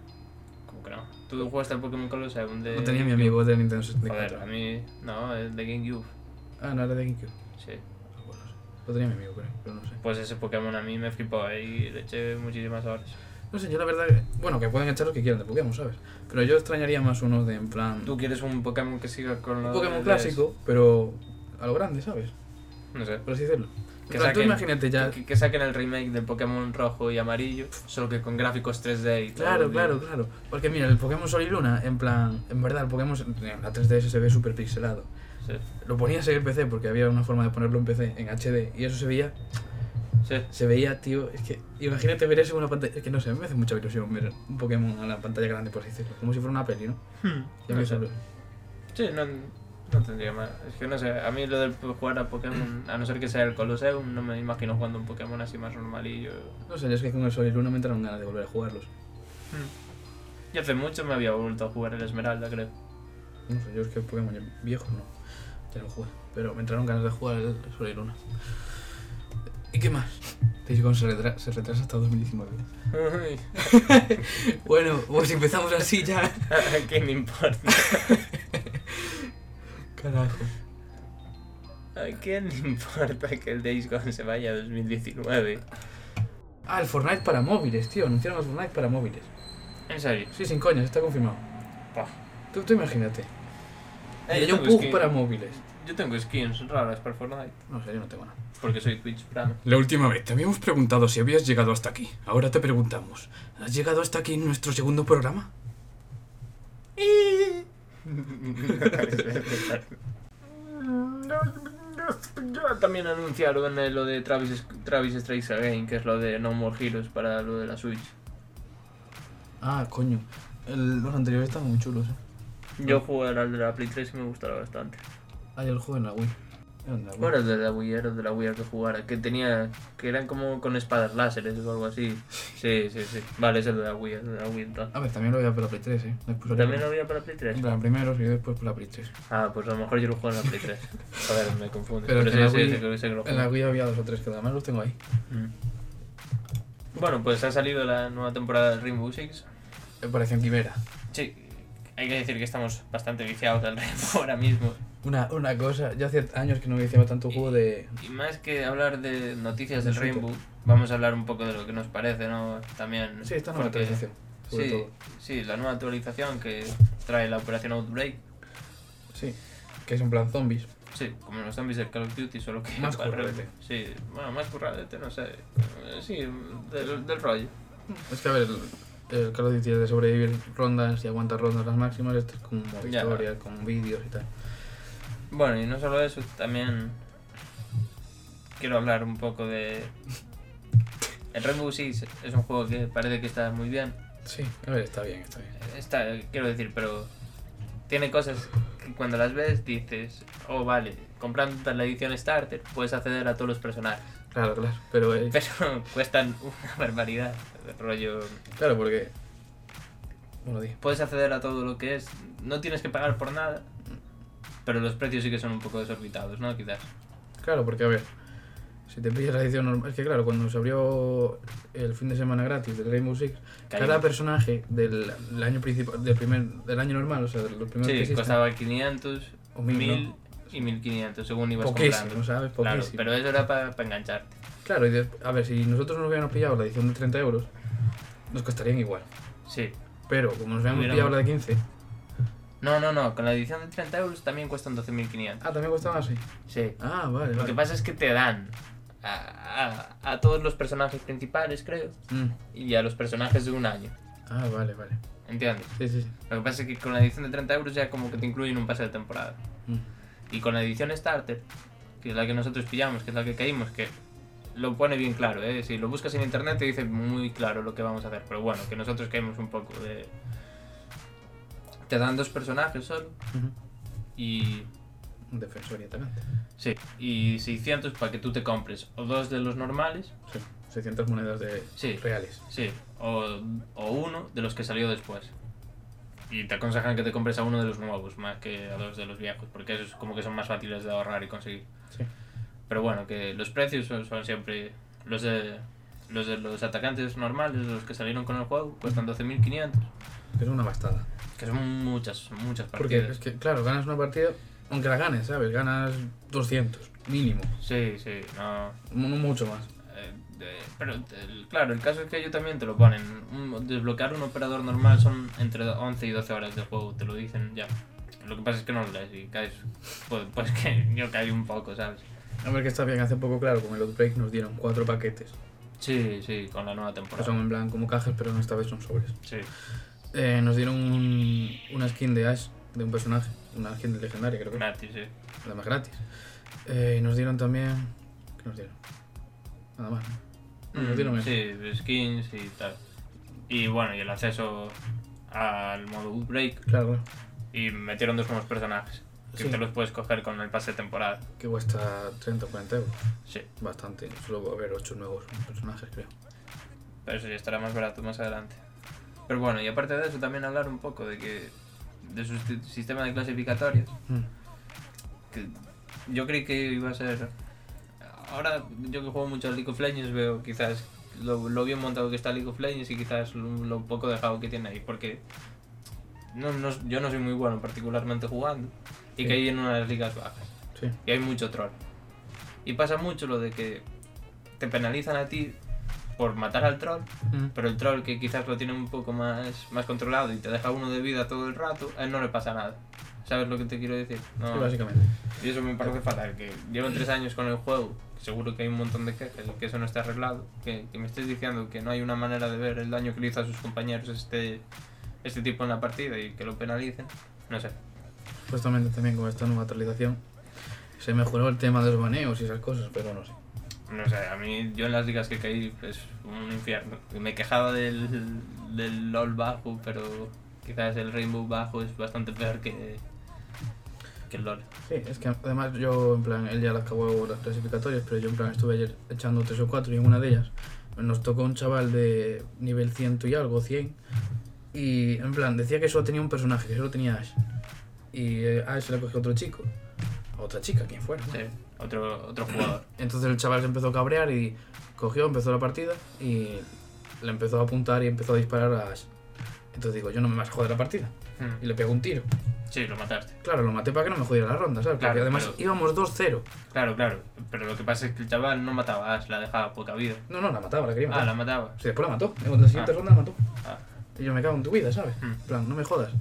S2: ¿Cómo que no? ¿Tú jugaste al Pokémon Colosseum de...?
S1: Lo tenía mi
S2: GameCube?
S1: amigo de Nintendo 64.
S2: Eh, Joder, a mí... No, el de GameCube,
S1: Ah, no, era de GameCube.
S2: sí.
S1: Ah, bueno, no sé. Lo tenía mi amigo, creo, pero no sé.
S2: Pues ese Pokémon a mí me flipó eh, y le eché muchísimas horas.
S1: No sé, yo la verdad, bueno, que pueden echar los que quieran de Pokémon, ¿sabes? Pero yo extrañaría más unos de en plan
S2: ¿Tú quieres un Pokémon que siga con
S1: un
S2: los
S1: Pokémon clásico, pero a lo grande, ¿sabes?
S2: No sé.
S1: Por así decirlo.
S2: Que
S1: Tú
S2: saquen-
S1: imagínate ya.
S2: Que, que saquen el remake del Pokémon rojo y amarillo, solo que con gráficos 3D y todo.
S1: Claro,
S2: tío.
S1: claro, claro. Porque mira, el Pokémon Sol y Luna, en plan, en verdad, el Pokémon en la 3DS se ve súper pixelado.
S2: Sí,
S1: Lo ponías en el PC porque había una forma de ponerlo en PC, en HD, y eso se veía,
S2: sí.
S1: se veía, tío. Es que, imagínate ver eso en una pantalla. Es que no sé, me hace mucha ilusión ver un Pokémon a la pantalla grande, por así decirlo. Como si fuera una peli, ¿no? Ya
S2: No
S1: Hmm, me
S2: sé.
S1: sale.
S2: Sí, no, no tendría más. Es que no sé, a mí lo de jugar a Pokémon, a no ser que sea el Colosseum, no me imagino jugando un Pokémon así más normalillo.
S1: No sé, yo es que con el Sol y Luna me entraron ganas de volver a jugarlos.
S2: Y hace mucho me había vuelto a jugar el Esmeralda, creo.
S1: No sé, yo es que Pokémon ya viejo no. Ya no jugué. Pero me entraron ganas de jugar el Sol y Luna. ¿Y qué más? Days Gone se retra- se retrasa hasta 2019. bueno, pues empezamos así ya.
S2: ¿Qué me importa?
S1: Carajo.
S2: ¿A quién le importa que el Days Gone se vaya a 2019?
S1: Ah, el Fortnite para móviles, tío. Anunciaron el Fortnite para móviles.
S2: En serio.
S1: Sí, sin coñas, está confirmado.
S2: Buah.
S1: Tú, tú imagínate.
S2: Eh,
S1: Mira, yo
S2: tengo
S1: PUG
S2: skin-
S1: para móviles.
S2: yo tengo skins raras para Fortnite,
S1: No sé, yo no tengo nada.
S2: porque soy Twitch Prime.
S1: La última vez te habíamos preguntado si habías llegado hasta aquí. Ahora te preguntamos, ¿has llegado hasta aquí en nuestro segundo programa?
S2: También anunciaron eh, lo de Travis, Travis Strikes Again, que es lo de No More Heroes para lo de la Switch.
S1: Ah, coño. El- los anteriores estaban muy chulos, eh.
S2: Yo jugué al de la Play 3 y me gustaba bastante.
S1: Ah, yo el juego en la Wii. Era en la Wii.
S2: Bueno, el de la Wii era el de la Wii al que jugara, que tenía, que eran como con espadas láseres o algo así. Sí, sí, sí. Vale, es el de la Wii, el de la Wii entonces.
S1: A ver, también lo había para Play 3, eh. Después lo
S2: ¿También lo había para Play 3?
S1: En plan, primero y después para Play 3.
S2: Ah, pues a lo mejor yo lo juego en la Play 3. Joder, me confundo.
S1: Pero que la Wii-
S2: creo que sé que lo
S1: En
S2: juego.
S1: la Wii había dos o tres que además los tengo ahí.
S2: Mm. Bueno, pues ha salido la nueva temporada del Rainbow Six.
S1: Me parecen quimera.
S2: Sí, hay que decir que estamos bastante viciados al Rainbow ahora mismo.
S1: Una, una cosa, yo hace años que no me hacía tanto juego de...
S2: Y más que hablar de noticias
S1: De
S2: del
S1: shooter.
S2: Rainbow, vamos a hablar un poco de lo que nos parece, ¿no? También.
S1: Sí, esta nueva
S2: porque-
S1: actualización, sobre
S2: sí,
S1: todo.
S2: sí, la nueva actualización que trae la operación Outbreak.
S1: Sí, que es en plan zombies.
S2: Sí, como los zombies del Call of Duty, solo que.
S1: Más
S2: para el
S1: curradete.
S2: Rainbow. Sí, bueno, más curradete, no sé. Eh, Sí, del, del rollo.
S1: Es que a ver, el, el Call of Duty es de sobrevivir rondas y aguantar rondas las máximas, este es con modo
S2: Ya.
S1: historia, con vídeos y tal.
S2: Bueno, y no solo eso, también quiero hablar un poco de... El Rainbow Six es un juego que parece que está muy bien.
S1: Sí, a ver, está bien, está bien.
S2: Está, quiero decir, pero tiene cosas que cuando las ves dices, oh vale, comprando la edición Starter puedes acceder a todos los personajes.
S1: Claro, claro, pero... eh,
S2: Pero cuestan una barbaridad. Rollo,
S1: claro, porque... Bueno, di.
S2: puedes acceder a todo lo que es, no tienes que pagar por nada, pero los precios sí que son un poco desorbitados, ¿no? Quizás.
S1: Claro, porque a ver, si te pillas la edición normal... Es que claro, cuando se abrió el fin de semana gratis del Rainbow Six, cada
S2: Caído.
S1: personaje del, del año principal, del primer, del año normal, o sea, de los primeros que
S2: Sí,
S1: existen,
S2: costaba 500,
S1: O
S2: 1000
S1: mil,
S2: y 1500, según ibas
S1: poquísimo,
S2: comprando.
S1: ¿sabes?
S2: Claro,
S1: Poquísimo.
S2: pero eso era para engancharte.
S1: Claro, y de- a ver, si nosotros nos hubiéramos pillado la edición de 30 euros, nos costarían igual.
S2: Sí.
S1: Pero como nos hubiéramos
S2: Hubiéramos-
S1: pillado la de 15,
S2: No, no, no, con la edición de 30 euros también cuestan 12.500.
S1: ah, también costaba así.
S2: Sí.
S1: Ah, vale,
S2: Lo
S1: vale.
S2: que pasa es que te dan a, a- a todos los personajes principales, creo,
S1: Mm,
S2: y a los personajes de un año.
S1: Ah, vale, vale.
S2: ¿Entiendes?
S1: Sí, sí, sí.
S2: Lo que pasa es que con la edición de 30 euros ya como que te incluyen un pase de temporada.
S1: Mm,
S2: Y con la edición Starter, que es la que nosotros pillamos, que es la que caímos, que lo pone bien claro, ¿eh? Si lo buscas en internet te dice muy claro lo que vamos a hacer. Pero bueno, que nosotros caímos un poco de... Te dan dos personajes solo
S1: ujú.
S2: y...
S1: Un defensor y atacante.
S2: Sí, y 600 para que tú te compres o dos de los normales,
S1: Sí, 600 monedas de
S2: Sí.
S1: reales.
S2: sí, o, o uno de los que salió después. Y te aconsejan que te compres a uno de los nuevos más que a dos de los viejos, porque esos como que son más fáciles de ahorrar y conseguir.
S1: Sí.
S2: Pero bueno, que los precios son, son siempre los de, los de los atacantes normales, los que salieron con el juego, cuestan 12.500,
S1: Es una bastada.
S2: que son muchas, muchas
S1: Porque
S2: partidas.
S1: es que, claro, ganas una partida, aunque la ganes, ¿sabes? Ganas 200, mínimo.
S2: Sí, sí, no...
S1: No mucho más.
S2: eh, de- pero el- claro, el caso es que ellos también te lo ponen. Un- desbloquear un operador normal son entre 11 y 12 horas de juego, te lo dicen ya. Lo que pasa es que no lo lees y caes. Pues, pues que yo caí un poco, ¿sabes?
S1: A ver que está bien, hace poco, claro, con el Outbreak nos dieron cuatro paquetes.
S2: Sí, sí, con la nueva
S1: Que
S2: temporada.
S1: son en plan como cajas, pero esta vez son sobres.
S2: Sí.
S1: Eh, nos dieron un- una skin de Ash, de un personaje, una skin legendaria, creo que era,
S2: Gratis, sí.
S1: la más gratis. Eh, y nos dieron también. ¿Qué nos dieron? Nada más. ¿no? No, nos dieron eso.
S2: Mm, sí, skins y tal. Y bueno, y el acceso al modo break.
S1: Claro, bueno,
S2: Y metieron dos nuevos personajes. Que
S1: Sí.
S2: te los puedes coger con el pase de temporada.
S1: que cuesta 30 o 40 euros.
S2: Sí.
S1: Bastante, solo va a haber 8 nuevos personajes, creo.
S2: Pero eso ya estará más barato más adelante. Pero bueno, y aparte de eso, también hablar un poco de que. de su sti- sistema de clasificatorios. Que yo creí que iba a ser. Ahora, yo que juego mucho al League of Legends, veo quizás lo, lo bien montado que está League of Legends y quizás lo, lo poco dejado que tiene ahí. Porque no, no- yo no soy muy bueno, particularmente jugando. Y
S1: Sí.
S2: que hay en una de las ligas bajas.
S1: Sí,
S2: Y hay mucho troll. Y pasa mucho lo de que te penalizan a ti por matar al troll
S1: Mm.
S2: pero el troll que quizás lo tiene un poco más, más controlado y te deja uno de vida todo el rato, a él no le pasa nada. ¿Sabes lo que te quiero decir? No.
S1: Sí, básicamente.
S2: Y eso me parece fatal, que llevo tres años con el juego, seguro que hay un montón de quejas, que eso no está arreglado, que, que me estés diciendo que no hay una manera de ver el daño que le hizo a sus compañeros este, este tipo en la partida y que lo penalicen. No sé.
S1: Supuestamente también con esta nueva actualización se mejoró el tema de los baneos y esas cosas, pero no sé.
S2: No sé, a mí, yo en las ligas que caí es un infierno. Me quejaba del, del LOL bajo, pero quizás el Rainbow bajo es bastante peor que, que el LOL.
S1: Sí, es que además yo, en plan, él ya las acabó las clasificatorias, pero yo, en plan, estuve ayer echando tres o cuatro y en una de ellas nos tocó un chaval de nivel 100 y algo, 100, y en plan, decía que solo tenía un personaje, que solo tenía Ash. Y eh, Ash se la cogió otro chico, a otra chica, quien fuera. ¿no?
S2: Sí, otro, otro jugador.
S1: Entonces el chaval se empezó a cabrear y cogió, empezó la partida y le empezó a apuntar y empezó a disparar a Ash. Entonces digo, yo no me vas a joder la partida. Y
S2: Mm,
S1: le pego un tiro.
S2: Sí, lo mataste.
S1: Claro, lo maté para que no me jodiera la ronda, ¿sabes? Porque
S2: Claro,
S1: además
S2: pero-
S1: íbamos 2-0.
S2: Claro, claro. Pero lo que pasa es que el chaval no mataba a Ash, la dejaba poca vida.
S1: No, no, la mataba, la quería matar.
S2: Ah, la mataba.
S1: Sí, después la mató. En la siguiente
S2: Ah.
S1: ronda la mató.
S2: Ah,
S1: Y yo me cago en tu vida, ¿sabes?
S2: Hmm.
S1: En plan, no me jodas.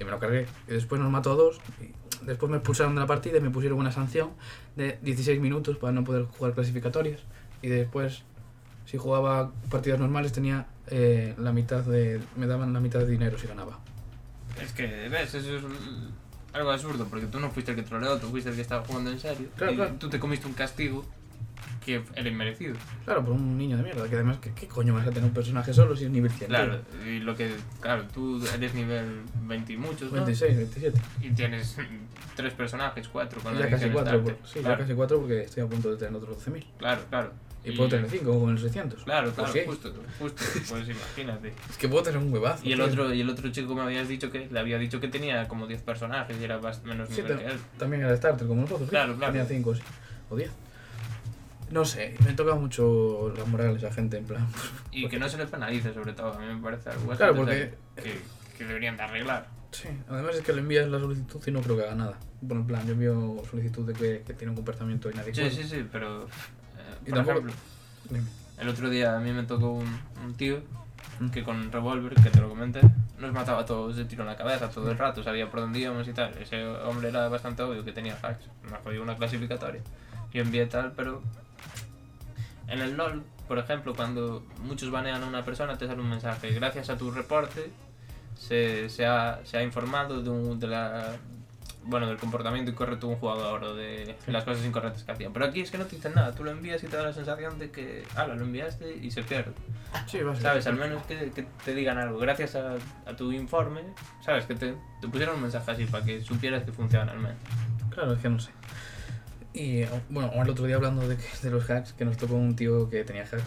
S1: Y me lo cargué. Y después nos mató a dos. Y después me expulsaron de la partida y me pusieron una sanción de 16 minutos para no poder jugar clasificatorias. Y después, si jugaba partidas normales, tenía eh, la mitad de. Me daban la mitad de dinero si ganaba.
S2: es que, ves, eso es un- algo absurdo, porque tú no fuiste el que troleó, tú fuiste el que estaba jugando en serio.
S1: Claro,
S2: y
S1: claro.
S2: tú te comiste un castigo que era inmerecido.
S1: Claro, por un niño de mierda, que además, ¿qué, qué coño vas a tener un personaje solo si es nivel 100?
S2: Claro, y lo que, claro, tú eres nivel 20 y muchos, ¿no?
S1: 26, 27.
S2: Y tienes tres personajes, cuatro, con
S1: ya
S2: la
S1: casi
S2: edición
S1: 4.
S2: starter.
S1: sí, ya
S2: claro,
S1: casi 4 porque estoy a punto de tener otros 12.000.
S2: claro, claro.
S1: Y, puedo tener Pues 5 con el 600.
S2: Claro, claro,
S1: ¿Por qué?
S2: justo, justo, pues imagínate.
S1: Es que puedo tener un huevazo.
S2: Y el
S1: tío.
S2: otro, y el otro chico que me habías dicho que le había dicho que tenía como 10 personajes y era bast- menos
S1: Sí,
S2: nivel
S1: te-
S2: que él.
S1: También era starter como nosotros. sí.
S2: Claro, claro.
S1: Tenía 5 o 10. No sé, me toca mucho las morales a gente en plan.
S2: Y que no se les penalice sobre todo, a mí me parece algo
S1: pues Claro,
S2: bastante
S1: porque-
S2: serio, que, que deberían de arreglar.
S1: Sí, además es que le envías la solicitud y no creo que haga nada. Bueno, en plan, yo envío solicitud de que, que tiene un comportamiento
S2: Sí,
S1: inadecuado.
S2: sí, sí, pero eh,
S1: pues Y
S2: por
S1: tampoco-
S2: ejemplo,
S1: Dime.
S2: el otro día a mí me tocó un, un tío
S1: Mm.
S2: que con revólver, que te lo comenté, nos mataba a todos de tiro en la cabeza todo el rato, sabía por dónde íbamos y tal. Ese hombre era bastante obvio que tenía hacks, me jodió una clasificatoria. Yo envié tal, pero en el LOL, por ejemplo, cuando muchos banean a una persona, te sale un mensaje. Gracias a tu reporte se, se, ha, se ha informado de, un- de la, bueno, del comportamiento incorrecto de un jugador o de las cosas incorrectas que hacía. Pero aquí es que no te dicen nada, tú lo envías y te da la sensación de que, ala, lo enviaste y se pierde.
S1: Pues Sí, va a ser.
S2: ¿Sabes? Al menos que, que te digan algo. Gracias a, a tu informe, ¿sabes? Que te, te pusieron un mensaje así para que supieras que funciona al menos.
S1: Claro, es que no sé. Y bueno, el otro día hablando de, que- de los hacks, que nos tocó un tío que tenía hacks.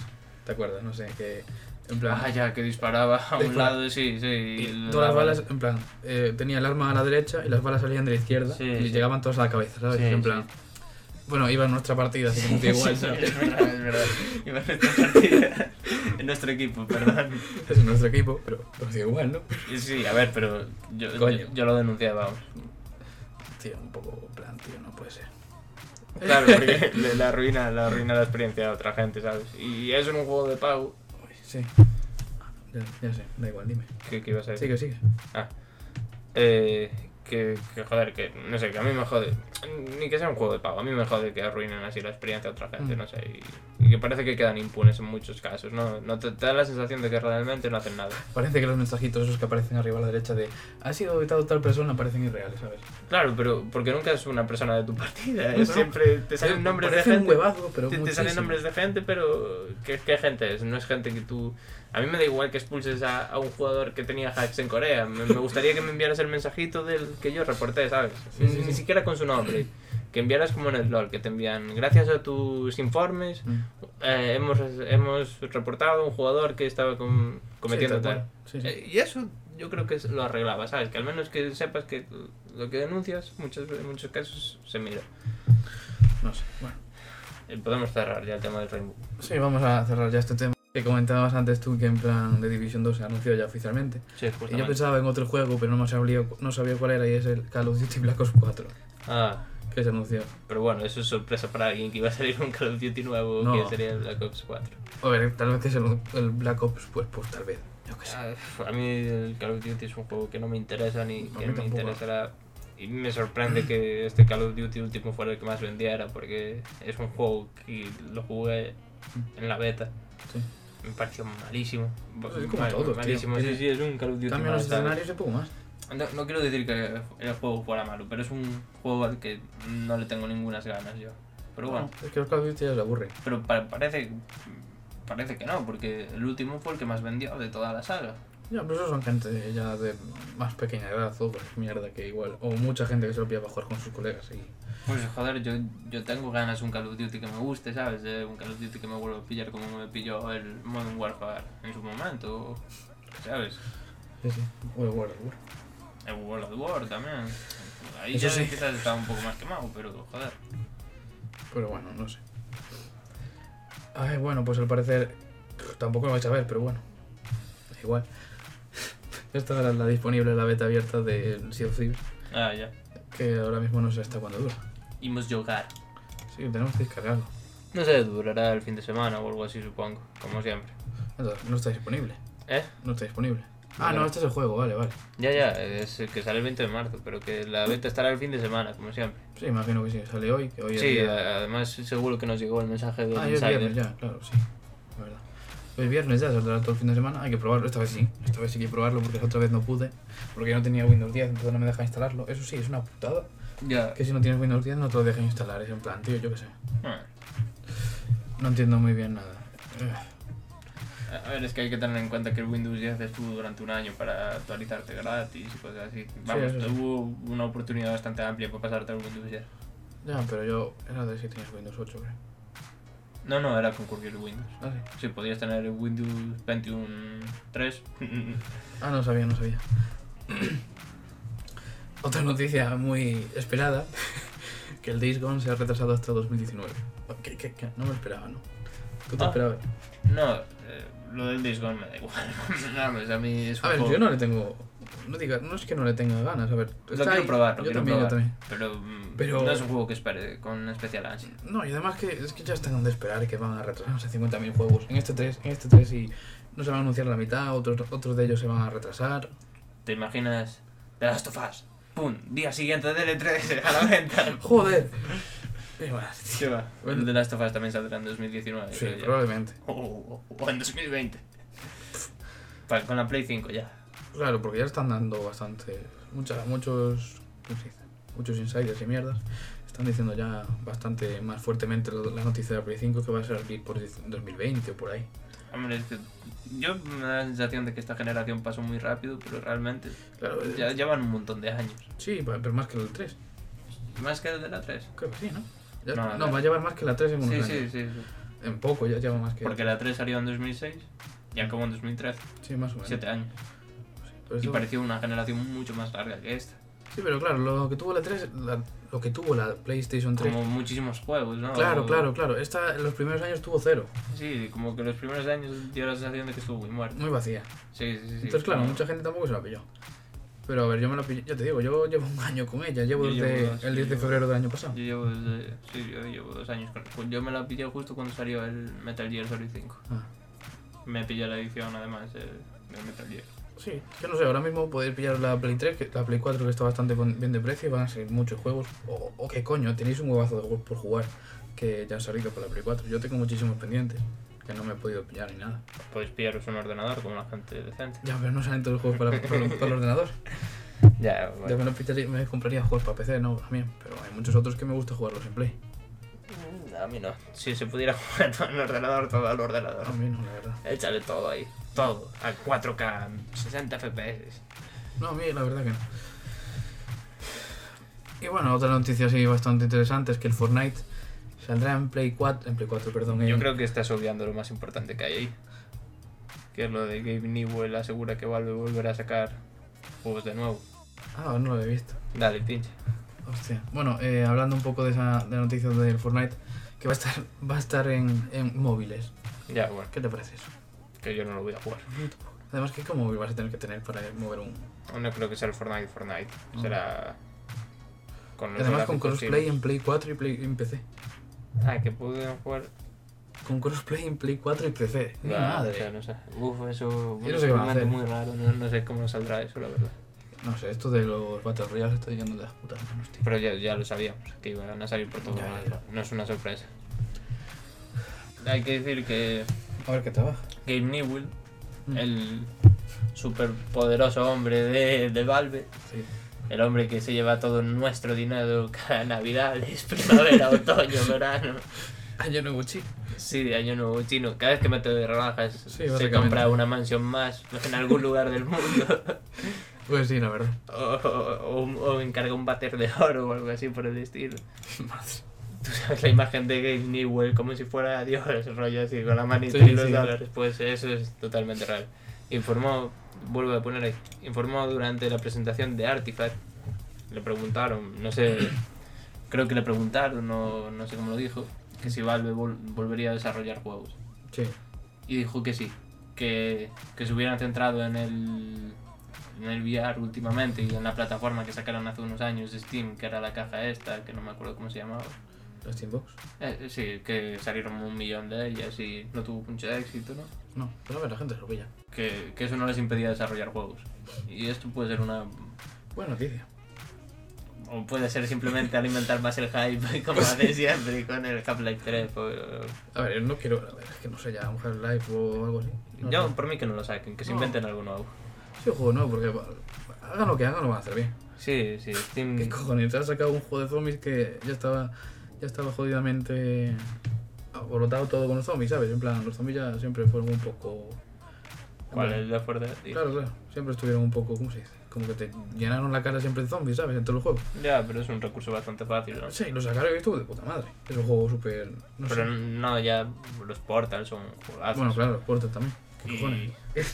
S1: ¿Te acuerdas? No sé, que. En plan.
S2: Ah, ya, que disparaba a un
S1: Dispara-
S2: lado, sí, sí.
S1: Y
S2: y
S1: todas
S2: la-
S1: las balas, en plan, eh, tenía el arma a la derecha y las balas salían de la izquierda
S2: Sí,
S1: y
S2: sí.
S1: llegaban todas a la cabeza, ¿sabes?
S2: Sí,
S1: en
S2: sí.
S1: plan, bueno, iba en nuestra partida, así que no te igual,
S2: Sí,
S1: ¿sabes?
S2: es verdad, es verdad. Iba a hacer esta partida en nuestro equipo, perdón.
S1: Es en nuestro equipo, pero nos dio igual, ¿no?
S2: Y Sí, a ver, pero yo, yo,
S1: Coño.
S2: yo lo denuncié, vamos.
S1: Tío, un poco, en plan, tío, no puede ser.
S2: Claro, porque le, la arruina, le arruina la experiencia a otra gente, ¿sabes? Y eso en un juego de pago.
S1: Uy, sí. Ya, ya sé, da igual, dime.
S2: ¿Qué, qué ibas a decir? Ah,
S1: Sigue, sigue.
S2: Eh, que, que joder, que no sé, que a mí me jode. ni que sea un juego de pago. A mí me jode que arruinen así la experiencia a otra gente, no sé. Y, y que parece que quedan impunes en muchos casos, ¿no? no te, te da la sensación de que realmente no hacen nada.
S1: Parece que los mensajitos esos que aparecen arriba a la derecha de ha sido evitado tal persona parecen irreales, ¿sabes?
S2: Claro, pero porque nunca es una persona de tu partida. ¿eh?
S1: No, no.
S2: Siempre te salen nombres de
S1: Parece un
S2: gente.
S1: huevazo, pero
S2: te, te
S1: muchísimo.
S2: salen nombres de gente, pero ¿qué, qué gente es? No es gente que tú... A mí me da igual que expulses a, a un jugador que tenía hacks en Corea. Me, me gustaría que me enviaras el mensajito del que yo reporté, ¿sabes?
S1: Sí, sí,
S2: Ni
S1: sí.
S2: siquiera con su nombre. Que enviaras como en el LOL, que te envían, gracias a tus informes,
S1: Mm.
S2: eh, hemos, hemos reportado a un jugador que estaba com- cometiendo
S1: Sí,
S2: tal.
S1: cual. Sí, sí.
S2: Eh, Y eso yo creo que es- lo arreglaba, ¿sabes? Que al menos que sepas que lo que denuncias, muchas, en muchos casos se mira.
S1: No sé. Bueno,
S2: Eh, podemos cerrar ya el tema del Rainbow.
S1: sí, vamos a cerrar ya este tema. Que comentabas antes tú que en plan de Division 2 se anunció ya oficialmente.
S2: Sí,
S1: Y yo
S2: justamente.
S1: pensaba en otro juego, pero no, me sabía, no sabía cuál era y es el Call of Duty Black Ops 4
S2: Ah,
S1: que se anunció.
S2: pero bueno, eso es sorpresa para alguien que iba a salir un Call of Duty nuevo
S1: No.
S2: que sería el Black Ops 4.
S1: A ver, tal vez que es el, el Black Ops, pues, pues tal vez. Yo qué sé.
S2: Ah, A mí el Call of Duty es un juego que no me interesa ni
S1: A
S2: que
S1: mí
S2: me
S1: tampoco.
S2: interesará. Y me sorprende que este Call of Duty último fuera el que más vendiera porque es un juego que lo jugué en la beta.
S1: Sí.
S2: Me pareció malísimo.
S1: Es como todo, tío.
S2: malísimo. Sí, sí, es un Call of Duty.
S1: Cambian
S2: mal,
S1: los
S2: ¿sabes?
S1: escenarios y poco más.
S2: No, no quiero decir que el juego fuera malo, pero es un juego al que no le tengo ninguna ganas yo. Pero bueno,
S1: No, es que los Call of Duty ya se aburren.
S2: pero pa- parece, parece que no, porque el último fue el que más vendió de toda la saga.
S1: Ya, pero eso son gente ya de más pequeña edad o pues, mierda que igual. O mucha gente que se lo pilla para jugar con sus colegas y...
S2: Pues joder, yo, yo tengo ganas de un Call of Duty que me guste, ¿sabes? De un Call of Duty que me vuelva a pillar como me pilló el Modern Warfare en su momento, ¿sabes?
S1: Sí, sí. Bueno, bueno, bueno.
S2: El World of War también. Ahí
S1: Eso
S2: ya
S1: sí.
S2: quizás estaba un poco más quemado, pero joder.
S1: Pero bueno, no sé. Ay, bueno, pues al parecer pff, tampoco lo vais a ver, pero bueno. Da igual. Esta era la disponible, la beta abierta de Sea of Thieves,
S2: Ah, ya.
S1: que ahora mismo no sé hasta cuándo dura.
S2: Y Hemos jugar.
S1: Sí, tenemos que descargarlo.
S2: No sé, durará el fin de semana o algo así, supongo, como siempre.
S1: Entonces, no está disponible.
S2: ¿Eh?
S1: No está disponible. Ah,
S2: Vale.
S1: no, este es el juego, vale, vale.
S2: Ya, ya, es que sale el 20 de marzo, pero que la beta estará el fin de semana, como siempre.
S1: Sí, imagino que sí, sale hoy. Que hoy es
S2: Sí,
S1: día-
S2: a- además seguro que nos llegó el mensaje del
S1: Ah, hoy es
S2: Insider.
S1: viernes ya, claro, sí. La verdad. Hoy es viernes ya, saldrá todo el fin de semana. Hay que probarlo, esta vez sí. Esta vez sí que hay que probarlo porque la otra vez no pude. Porque yo no tenía Windows 10, entonces no me deja instalarlo. Eso sí, es una putada.
S2: Ya.
S1: Que si no tienes Windows 10 no te lo dejan instalar. Es en plan, tío, yo qué sé.
S2: Bueno,
S1: No entiendo muy bien nada. Eh, Ugh.
S2: A ver, es que hay que tener en cuenta que el Windows 10 estuvo durante un año para actualizarte gratis y cosas así. Vamos,
S1: eso sí.
S2: tuvo una oportunidad bastante amplia para pasarte al Windows 10.
S1: Ya, pero yo era de si tenías Windows 8, creo.
S2: No, no, era concurrir Windows.
S1: Ah, sí.
S2: Sí, podías tener el Windows 21 3.
S1: Ah, no sabía, no sabía. Otra noticia muy esperada, que el Days Gone se ha retrasado hasta 2019. ¿Qué, qué, qué? No me esperaba, ¿no? ¿Tú te
S2: Ah.
S1: esperabas?
S2: no, eh, lo del Days Gone me da igual. no, pues a mí es un
S1: A ver,
S2: juego-
S1: yo no le tengo... No, diga, no es que no le tenga ganas, a ver...
S2: Lo
S1: está
S2: quiero
S1: ahí.
S2: probar, lo
S1: yo
S2: quiero
S1: también,
S2: probar.
S1: yo también.
S2: Pero, mm,
S1: Pero-
S2: no es un juego que espere con especial ansia.
S1: No, y además que es que ya están de esperar que van a retrasarse 50.000 juegos. En este 3, en este 3 y no se van a anunciar la mitad, otros, otros de ellos se van a retrasar.
S2: ¿Te imaginas The Last of Us? ¡Pum! Día siguiente del E3 a la venta.
S1: ¡Joder! Qué mal, tío.
S2: ¿Qué va? El The Last of Us también saldrá en 2019.
S1: Sí,
S2: creo yo. Oh,
S1: probablemente.
S2: o, o- o en 2020. Pa- con la Play 5 ya.
S1: Claro, porque ya están dando bastante. mucha- muchos. ¿cómo se dice? Muchos insiders y mierdas. Están diciendo ya bastante más fuertemente lo- la noticia de Play 5 que va a salir por 10 2020 o por ahí.
S2: Hombre, es que yo me da la sensación de que esta generación pasó muy rápido, pero realmente
S1: Claro, eh,
S2: ya llevan un montón de años.
S1: sí, va- pero más que el 3.
S2: Más que el de la 3.
S1: Creo que sí, ¿no? Ya-
S2: No,
S1: no,
S2: la-
S1: va a llevar más que la 3 en unos
S2: Sí,
S1: años.
S2: sí, sí, sí.
S1: En poco ya lleva más que.
S2: Porque la 3 salió en 2006 y acabó en 2013.
S1: Sí, más o menos.
S2: 7 años.
S1: Pero
S2: Y
S1: pues eso-
S2: pareció una generación mucho más larga que esta.
S1: Sí, pero claro, lo que tuvo la 3. la- lo que tuvo la PlayStation 3.
S2: Como muchísimos juegos, ¿no?
S1: Claro, claro, claro. Esta en los primeros años tuvo cero.
S2: Sí, como que los primeros años dio la sensación de que estuvo muy muerto.
S1: Muy vacía.
S2: Sí, sí, sí.
S1: Entonces, claro,
S2: como-
S1: mucha gente tampoco se la pilló. Pero a ver, yo me la pillé, ya te digo, yo llevo un año con ella, llevo
S2: Yo
S1: desde
S2: llevo dos,
S1: el
S2: yo
S1: 10 de
S2: llevo-
S1: febrero del año pasado.
S2: Yo llevo, desde- sí, yo llevo dos años con pues Yo me la pillé justo cuando salió el Metal Gear Solid 5.
S1: Ah,
S2: Me pillé la edición además del del Metal Gear.
S1: Sí, yo no sé, ahora mismo podéis pillar la Play 3, que, la Play 4 que está bastante con- bien de precio y van a salir muchos juegos. O, o qué coño, tenéis un huevazo de juegos por jugar que ya han salido para la Play 4. Yo tengo muchísimos pendientes que no me he podido pillar ni nada.
S2: Podéis pillaros un ordenador como la gente decente.
S1: Ya, pero no salen todos los juegos para, para- para el ordenador.
S2: Ya, bueno.
S1: Ya me, los pillaría- me compraría juegos para PC, ¿no? También, pero hay muchos otros que me gusta jugarlos en Play.
S2: Mm, A mí no. Si se pudiera jugar todo en el ordenador, todo al ordenador.
S1: A mí no, la verdad.
S2: Échale todo ahí. Todo. A 4K, 60 FPS.
S1: No, a mí la verdad que no. Y bueno, otra noticia así bastante interesante es que el Fortnite saldrá en Play 4, en Play 4, perdón.
S2: Yo
S1: en-
S2: creo que estás obviando lo más importante que hay ahí. Que es lo de Gabe Newell asegura que Valve volverá a sacar juegos de nuevo.
S1: Ah, no lo he visto.
S2: Dale, pinche.
S1: Hostia. Bueno, eh, hablando un poco de esa de noticias del Fortnite, que va a estar, va a estar en, en móviles.
S2: Ya, bueno,
S1: ¿Qué te parece eso?
S2: que yo no lo voy a jugar.
S1: Además, ¿qué cómo móvil vas a tener que tener para mover un...?
S2: No creo que sea el Fortnite Fortnite.
S1: Ah.
S2: Será. Con los
S1: Además, con
S2: gráficos
S1: crossplay
S2: chinos.
S1: en Play 4 y Play, en PC.
S2: Ah, que pueden jugar.
S1: Con crossplay en Play 4 y PC. ¡Mi
S2: Ah,
S1: madre!
S2: o sea, no sé. Uf, eso.
S1: Yo no sé qué van a
S2: es
S1: hacer.
S2: muy raro. No, no sé cómo saldrá eso, la verdad.
S1: No sé, esto de los Battle Royale está yendo de las putas manos, tío.
S2: Pero ya, ya lo sabíamos, que iban a salir por todo.
S1: Ya,
S2: lado.
S1: ya.
S2: No es una sorpresa. Hay que decir que
S1: A ver qué trabaja.
S2: Gabe Newell,
S1: Mm.
S2: el superpoderoso hombre de, de Valve,
S1: Sí.
S2: el hombre que se lleva todo nuestro dinero cada Navidad, es primavera, otoño, verano, Ah,
S1: Año nuevo chip.
S2: sí, de año nuevo chino, cada vez que mete de rebajas se
S1: básicamente.
S2: compra una mansión más en algún lugar del mundo.
S1: Pues sí, la verdad.
S2: O, o- o encarga un váter de oro o algo así por el estilo.
S1: Madre.
S2: Tú sabes la imagen de Gabe Newell como si fuera Dios, rollo así, con la manita
S1: Sí,
S2: y los
S1: sí.
S2: dólares. Pues eso es totalmente real. Informó, vuelvo a poner ahí, informó durante la presentación de Artifact. Le preguntaron, no sé, creo que le preguntaron, no, no sé cómo lo dijo, que si Valve vol- volvería a desarrollar juegos
S1: Sí.
S2: y dijo que sí, que, que se hubieran centrado en el, en el VR últimamente y en la plataforma que sacaron hace unos años, Steam, que era la caja esta, que no me acuerdo cómo se llamaba.
S1: Los Steam Box.
S2: Eh, eh, sí, que salieron un millón de ellas y no tuvo mucho éxito, ¿no?
S1: No, pero a ver, la gente se lo pilla.
S2: Que, que eso no les impedía desarrollar juegos. Y esto puede ser una...
S1: Buena noticia.
S2: O puede ser simplemente alimentar más el hype, como hace siempre con el Half-Life pues, 3. o-
S1: A ver, no quiero. A ver, es que no sé ya, un Half Life o algo así. No
S2: Yo,
S1: sé.
S2: por mí que no lo saquen, que se
S1: No.
S2: inventen algo nuevo.
S1: Sí, un juego nuevo, porque bueno, hagan lo que hagan, lo van a hacer bien.
S2: Sí, sí, Steam...
S1: ¿Qué cojones? Han sacado un juego de zombies que ya estaba, ya estaba jodidamente aborotado todo con los zombies, ¿sabes? En plan, los zombies ya siempre fueron un poco.
S2: ¿Cuál es el de Fortnite?
S1: Claro, claro. Siempre estuvieron un poco, ¿cómo se dice? Como que te llenaron la cara siempre de zombies, ¿sabes? En todos los juegos.
S2: Ya, pero es un recurso bastante fácil, ¿no?
S1: Sí, lo sacaron y estuvo de puta madre. Es un juego súper. No
S2: Pero
S1: sé.
S2: no, ya los Portals son juegazos.
S1: Bueno, claro, los portas también. ¿Qué cojones?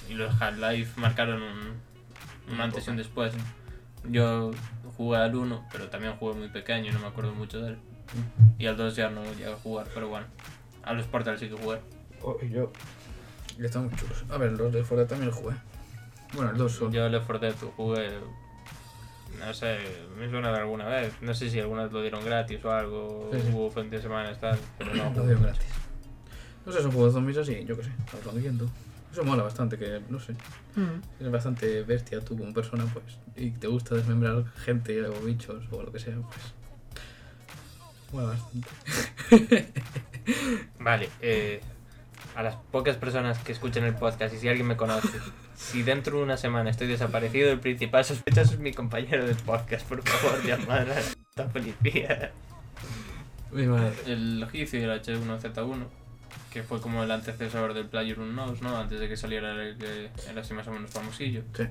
S2: y, y los Half-Life marcaron un, un antes y un después. Yo jugué al 1, pero también jugué muy pequeño y no me acuerdo mucho de él.
S1: Mm.
S2: Y al 2 ya no llegué a jugar, pero bueno. A los Portals sí que jugué.
S1: Oh, y yo. Y están muy chulos. A ver, los de Fortnite también los jugué. Bueno, el 2 son.
S2: Yo Left 4 Dead jugué... No sé, me suena de alguna vez. No sé si alguna vez lo dieron gratis o algo.
S1: Sí, sí.
S2: Hubo fin de semana, tal. Pero no,
S1: Lo
S2: jugué
S1: dio
S2: mucho.
S1: gratis. No sé, son juegos de zombies así, yo qué sé, lo viendo. Eso mola bastante, que no sé.
S2: Hmm.
S1: Es bastante bestia tú como persona, pues. Y te gusta desmembrar gente o bichos o lo que sea, pues. Mola bastante.
S2: Vale, eh, a las pocas personas que escuchan el podcast y si alguien me conoce, si dentro de una semana estoy desaparecido, el principal sospechoso es mi compañero de podcast, por favor, llamad a la puta policía.
S1: Mi madre.
S2: El juicio y el H1Z1, que fue como el antecesor del Player Unknowns, ¿no? Antes de que saliera el que era así más o menos famosillo.
S1: Sí.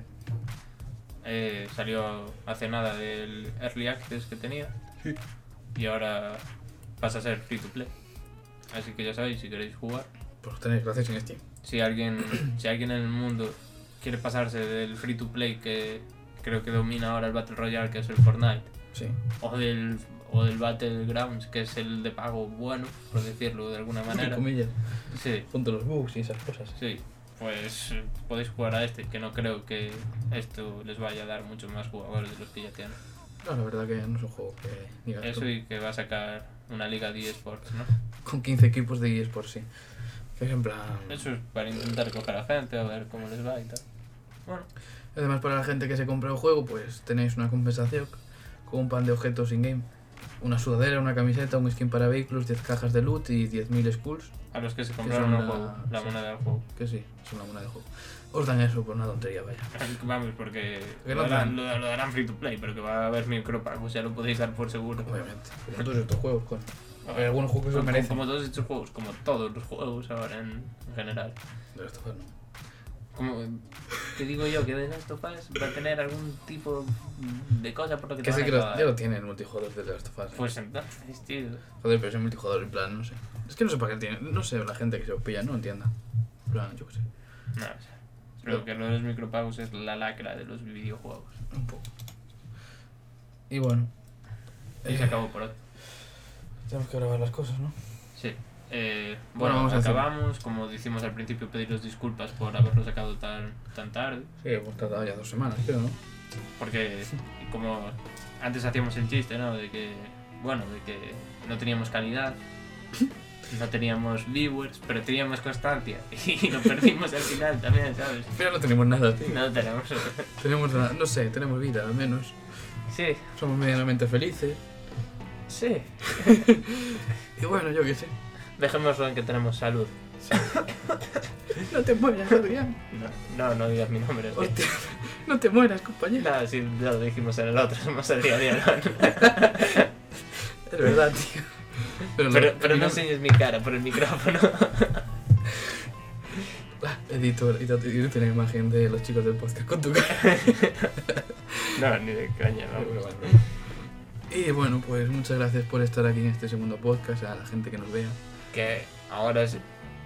S2: Eh, salió hace nada del Early Access que tenía. Y ahora pasa a ser free to play. Así que ya sabéis, si queréis jugar,
S1: Pues tenéis gracias en Steam.
S2: si alguien, si alguien en el mundo quiere pasarse del free to play que creo que domina ahora el Battle Royale, que es el Fortnite,
S1: Sí.
S2: o del, o del Battlegrounds, que es el de pago bueno, por decirlo de alguna
S1: Entre
S2: manera.
S1: comillas.
S2: Sí,
S1: Junto a los bugs y esas cosas.
S2: sí. Pues eh, podéis jugar a este, que no creo que esto les vaya a dar muchos más jugadores de los que ya tienen.
S1: No, la verdad que no es un juego que digas tú.
S2: Eso y que va a sacar una liga de eSports, ¿no?
S1: Con 15 equipos de eSports, sí. Que es en plan.
S2: Eso es para intentar coger a gente, a ver cómo les va y tal. Bueno,
S1: Además, para la gente que se compra el juego, pues tenéis una compensación con un pan de objetos in-game. Una sudadera, una camiseta, un skin para vehículos, 10 cajas de loot y 10.000 skulls.
S2: a los que se compraron
S1: son
S2: el
S1: la-
S2: juego, la
S1: sí.
S2: moneda del juego.
S1: Que sí, es una moneda de juego. Os dan eso por una tontería, vaya.
S2: Así que Vamos, porque
S1: Que
S2: lo
S1: no dan.
S2: darán, lo, lo darán free to play, pero que va a haber micropagos, ya lo podéis dar por seguro. Pues
S1: Obviamente. Como todos estos juegos, coño. Hay algunos juegos que se lo
S2: Como-
S1: merecen.
S2: Como todos estos juegos, como todos los juegos ahora en, en general.
S1: De Last of Us, no.
S2: Como, te digo yo que The Last of Us va a tener algún tipo de cosa por lo que
S1: Que
S2: te
S1: sí
S2: van
S1: que
S2: a
S1: lo-
S2: pagar.
S1: ya lo tiene el multijugador de The Last of Us. ¿eh?
S2: Pues entonces, tío.
S1: Joder, pero es un multijugador, en plan, no sé. Es que no sé para qué tiene. No sé, la gente que se lo pilla, no entienda. En plan, yo qué sé.
S2: No, o sea, creo que lo de los micropagos es la lacra de los videojuegos.
S1: Un poco. Y bueno.
S2: Y se
S1: eh,
S2: acabó por hoy.
S1: Tenemos que grabar las cosas, ¿no?
S2: Sí. Eh,
S1: Bueno,
S2: bueno,
S1: vamos a hacer-
S2: acabamos. Como decimos al principio, pediros disculpas por haberlo sacado tan, tan tarde.
S1: Sí, hemos tardado ya dos semanas, creo, ¿no?
S2: Porque, como antes hacíamos el chiste, ¿no? De que, bueno, de que no teníamos calidad, no teníamos viewers, pero teníamos constancia. Y lo perdimos al final también, ¿sabes?
S1: Pero no tenemos nada, tío.
S2: No tenemos.
S1: Tenemos nada, no sé, tenemos vida, al menos.
S2: Sí,
S1: Somos medianamente felices.
S2: sí.
S1: Y bueno, yo qué sé.
S2: Dejémoslo en que tenemos salud.
S1: No te mueras, Adrián.
S2: No, no, no digas mi nombre. sí.
S1: Hostia, no te mueras, compañero.
S2: Nada, sí, ya lo dijimos en el otro, somos el día a día. ¿no?
S1: Es verdad, tío. Pero,
S2: Pero, pero
S1: mira,
S2: no enseñes mi cara por el micrófono.
S1: ah, Edito, edito, edito la imagen de los chicos del podcast con tu cara.
S2: No, ni de caña,
S1: Bueno,
S2: vamos.
S1: bueno, bueno. Y bueno, pues muchas gracias por estar aquí en este segundo podcast, a la gente que nos vea.
S2: que ahora sí.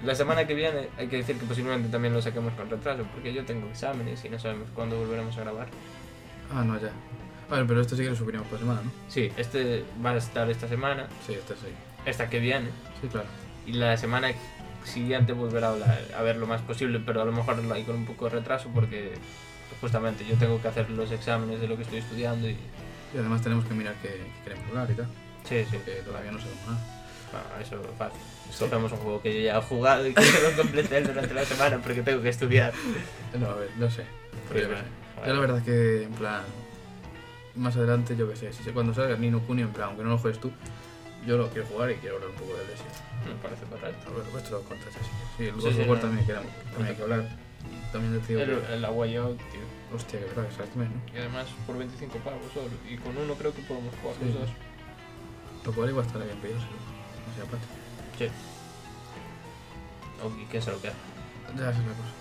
S2: La semana que viene hay que decir que posiblemente también lo saquemos con retraso, porque yo tengo exámenes y no sabemos cuándo volveremos a grabar.
S1: Ah, no, ya. Vale, pero esto sí que lo subiremos por semana, ¿no?
S2: Sí, este va a estar esta semana,
S1: Sí, esto sí.
S2: esta que viene,
S1: Sí, claro.
S2: y la semana siguiente volverá a, hablar, a ver lo más posible, pero a lo mejor lo hay con un poco de retraso porque justamente yo tengo que hacer los exámenes de lo que estoy estudiando y...
S1: Y además tenemos que mirar qué, qué queremos hablar y tal,
S2: Sí, sí,
S1: porque todavía no sabemos nada.
S2: Bueno, eso es fácil. Escogemos un juego que yo ya he jugado y que no completé durante la semana porque tengo que estudiar.
S1: No, a ver, no sé. Pero yo, qué sé. Yo la
S2: Vale.
S1: verdad es que, en plan, más adelante, yo qué sé, si sé- cuando salga Nino Kuni, en plan, aunque no lo juegues tú, yo lo quiero jugar y quiero hablar un poco de Lesia.
S2: Me parece correcto.
S1: A ver, esto lo contas así. Sí, el
S2: Sí,
S1: God of
S2: sí,
S1: War
S2: no.
S1: también, queremos, también hay que hablar. Y también te digo
S2: El,
S1: que,
S2: el Away Out, tío.
S1: hostia, que verdad, que sale este mes, ¿no?
S2: Y además por 25 pavos solo. Y con uno creo que podemos jugar
S1: Sí.
S2: los dos.
S1: Lo cual igual estará bien pedírselo. No sea aparte.
S2: Sí. ¿Y quién se lo queda?
S1: Ya esa es la cosa.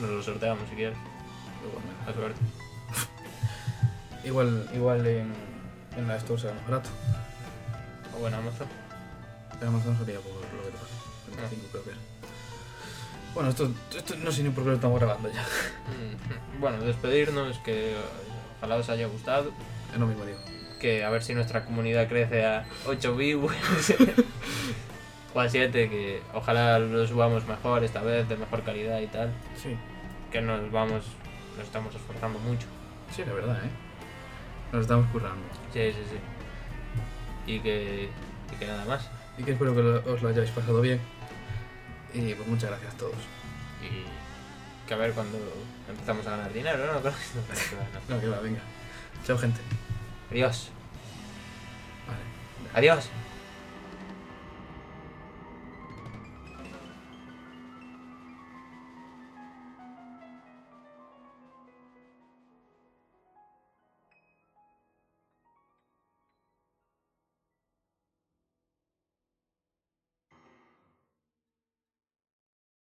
S2: Nos lo sorteamos si quieres.
S1: Igual,
S2: A suerte.
S1: me- igual, igual en, en la Store será más barato.
S2: O bueno, Amazon.
S1: En Amazon sería por lo que te pasa. 25 creo que era. Bueno, esto, esto no sé ni por qué lo estamos grabando ya.
S2: Mm, Bueno, despedirnos, que eh, ojalá os haya gustado.
S1: Es lo mismo digo.
S2: Que a ver si nuestra comunidad crece a 8 viewers. o a 7, que ojalá lo subamos mejor esta vez, de mejor calidad y tal.
S1: Sí.
S2: Que nos vamos, nos estamos esforzando mucho.
S1: Sí, la verdad, ¿eh? Nos estamos currando.
S2: Sí, sí, sí. Y que, y que nada más.
S1: Y que espero que lo- os lo hayáis pasado bien. Y pues muchas gracias a todos.
S2: Y que a ver cuando empezamos a ganar dinero, ¿no? No.
S1: No, que va, venga. Chao, gente.
S2: Adiós.
S1: Vale.
S2: Adiós.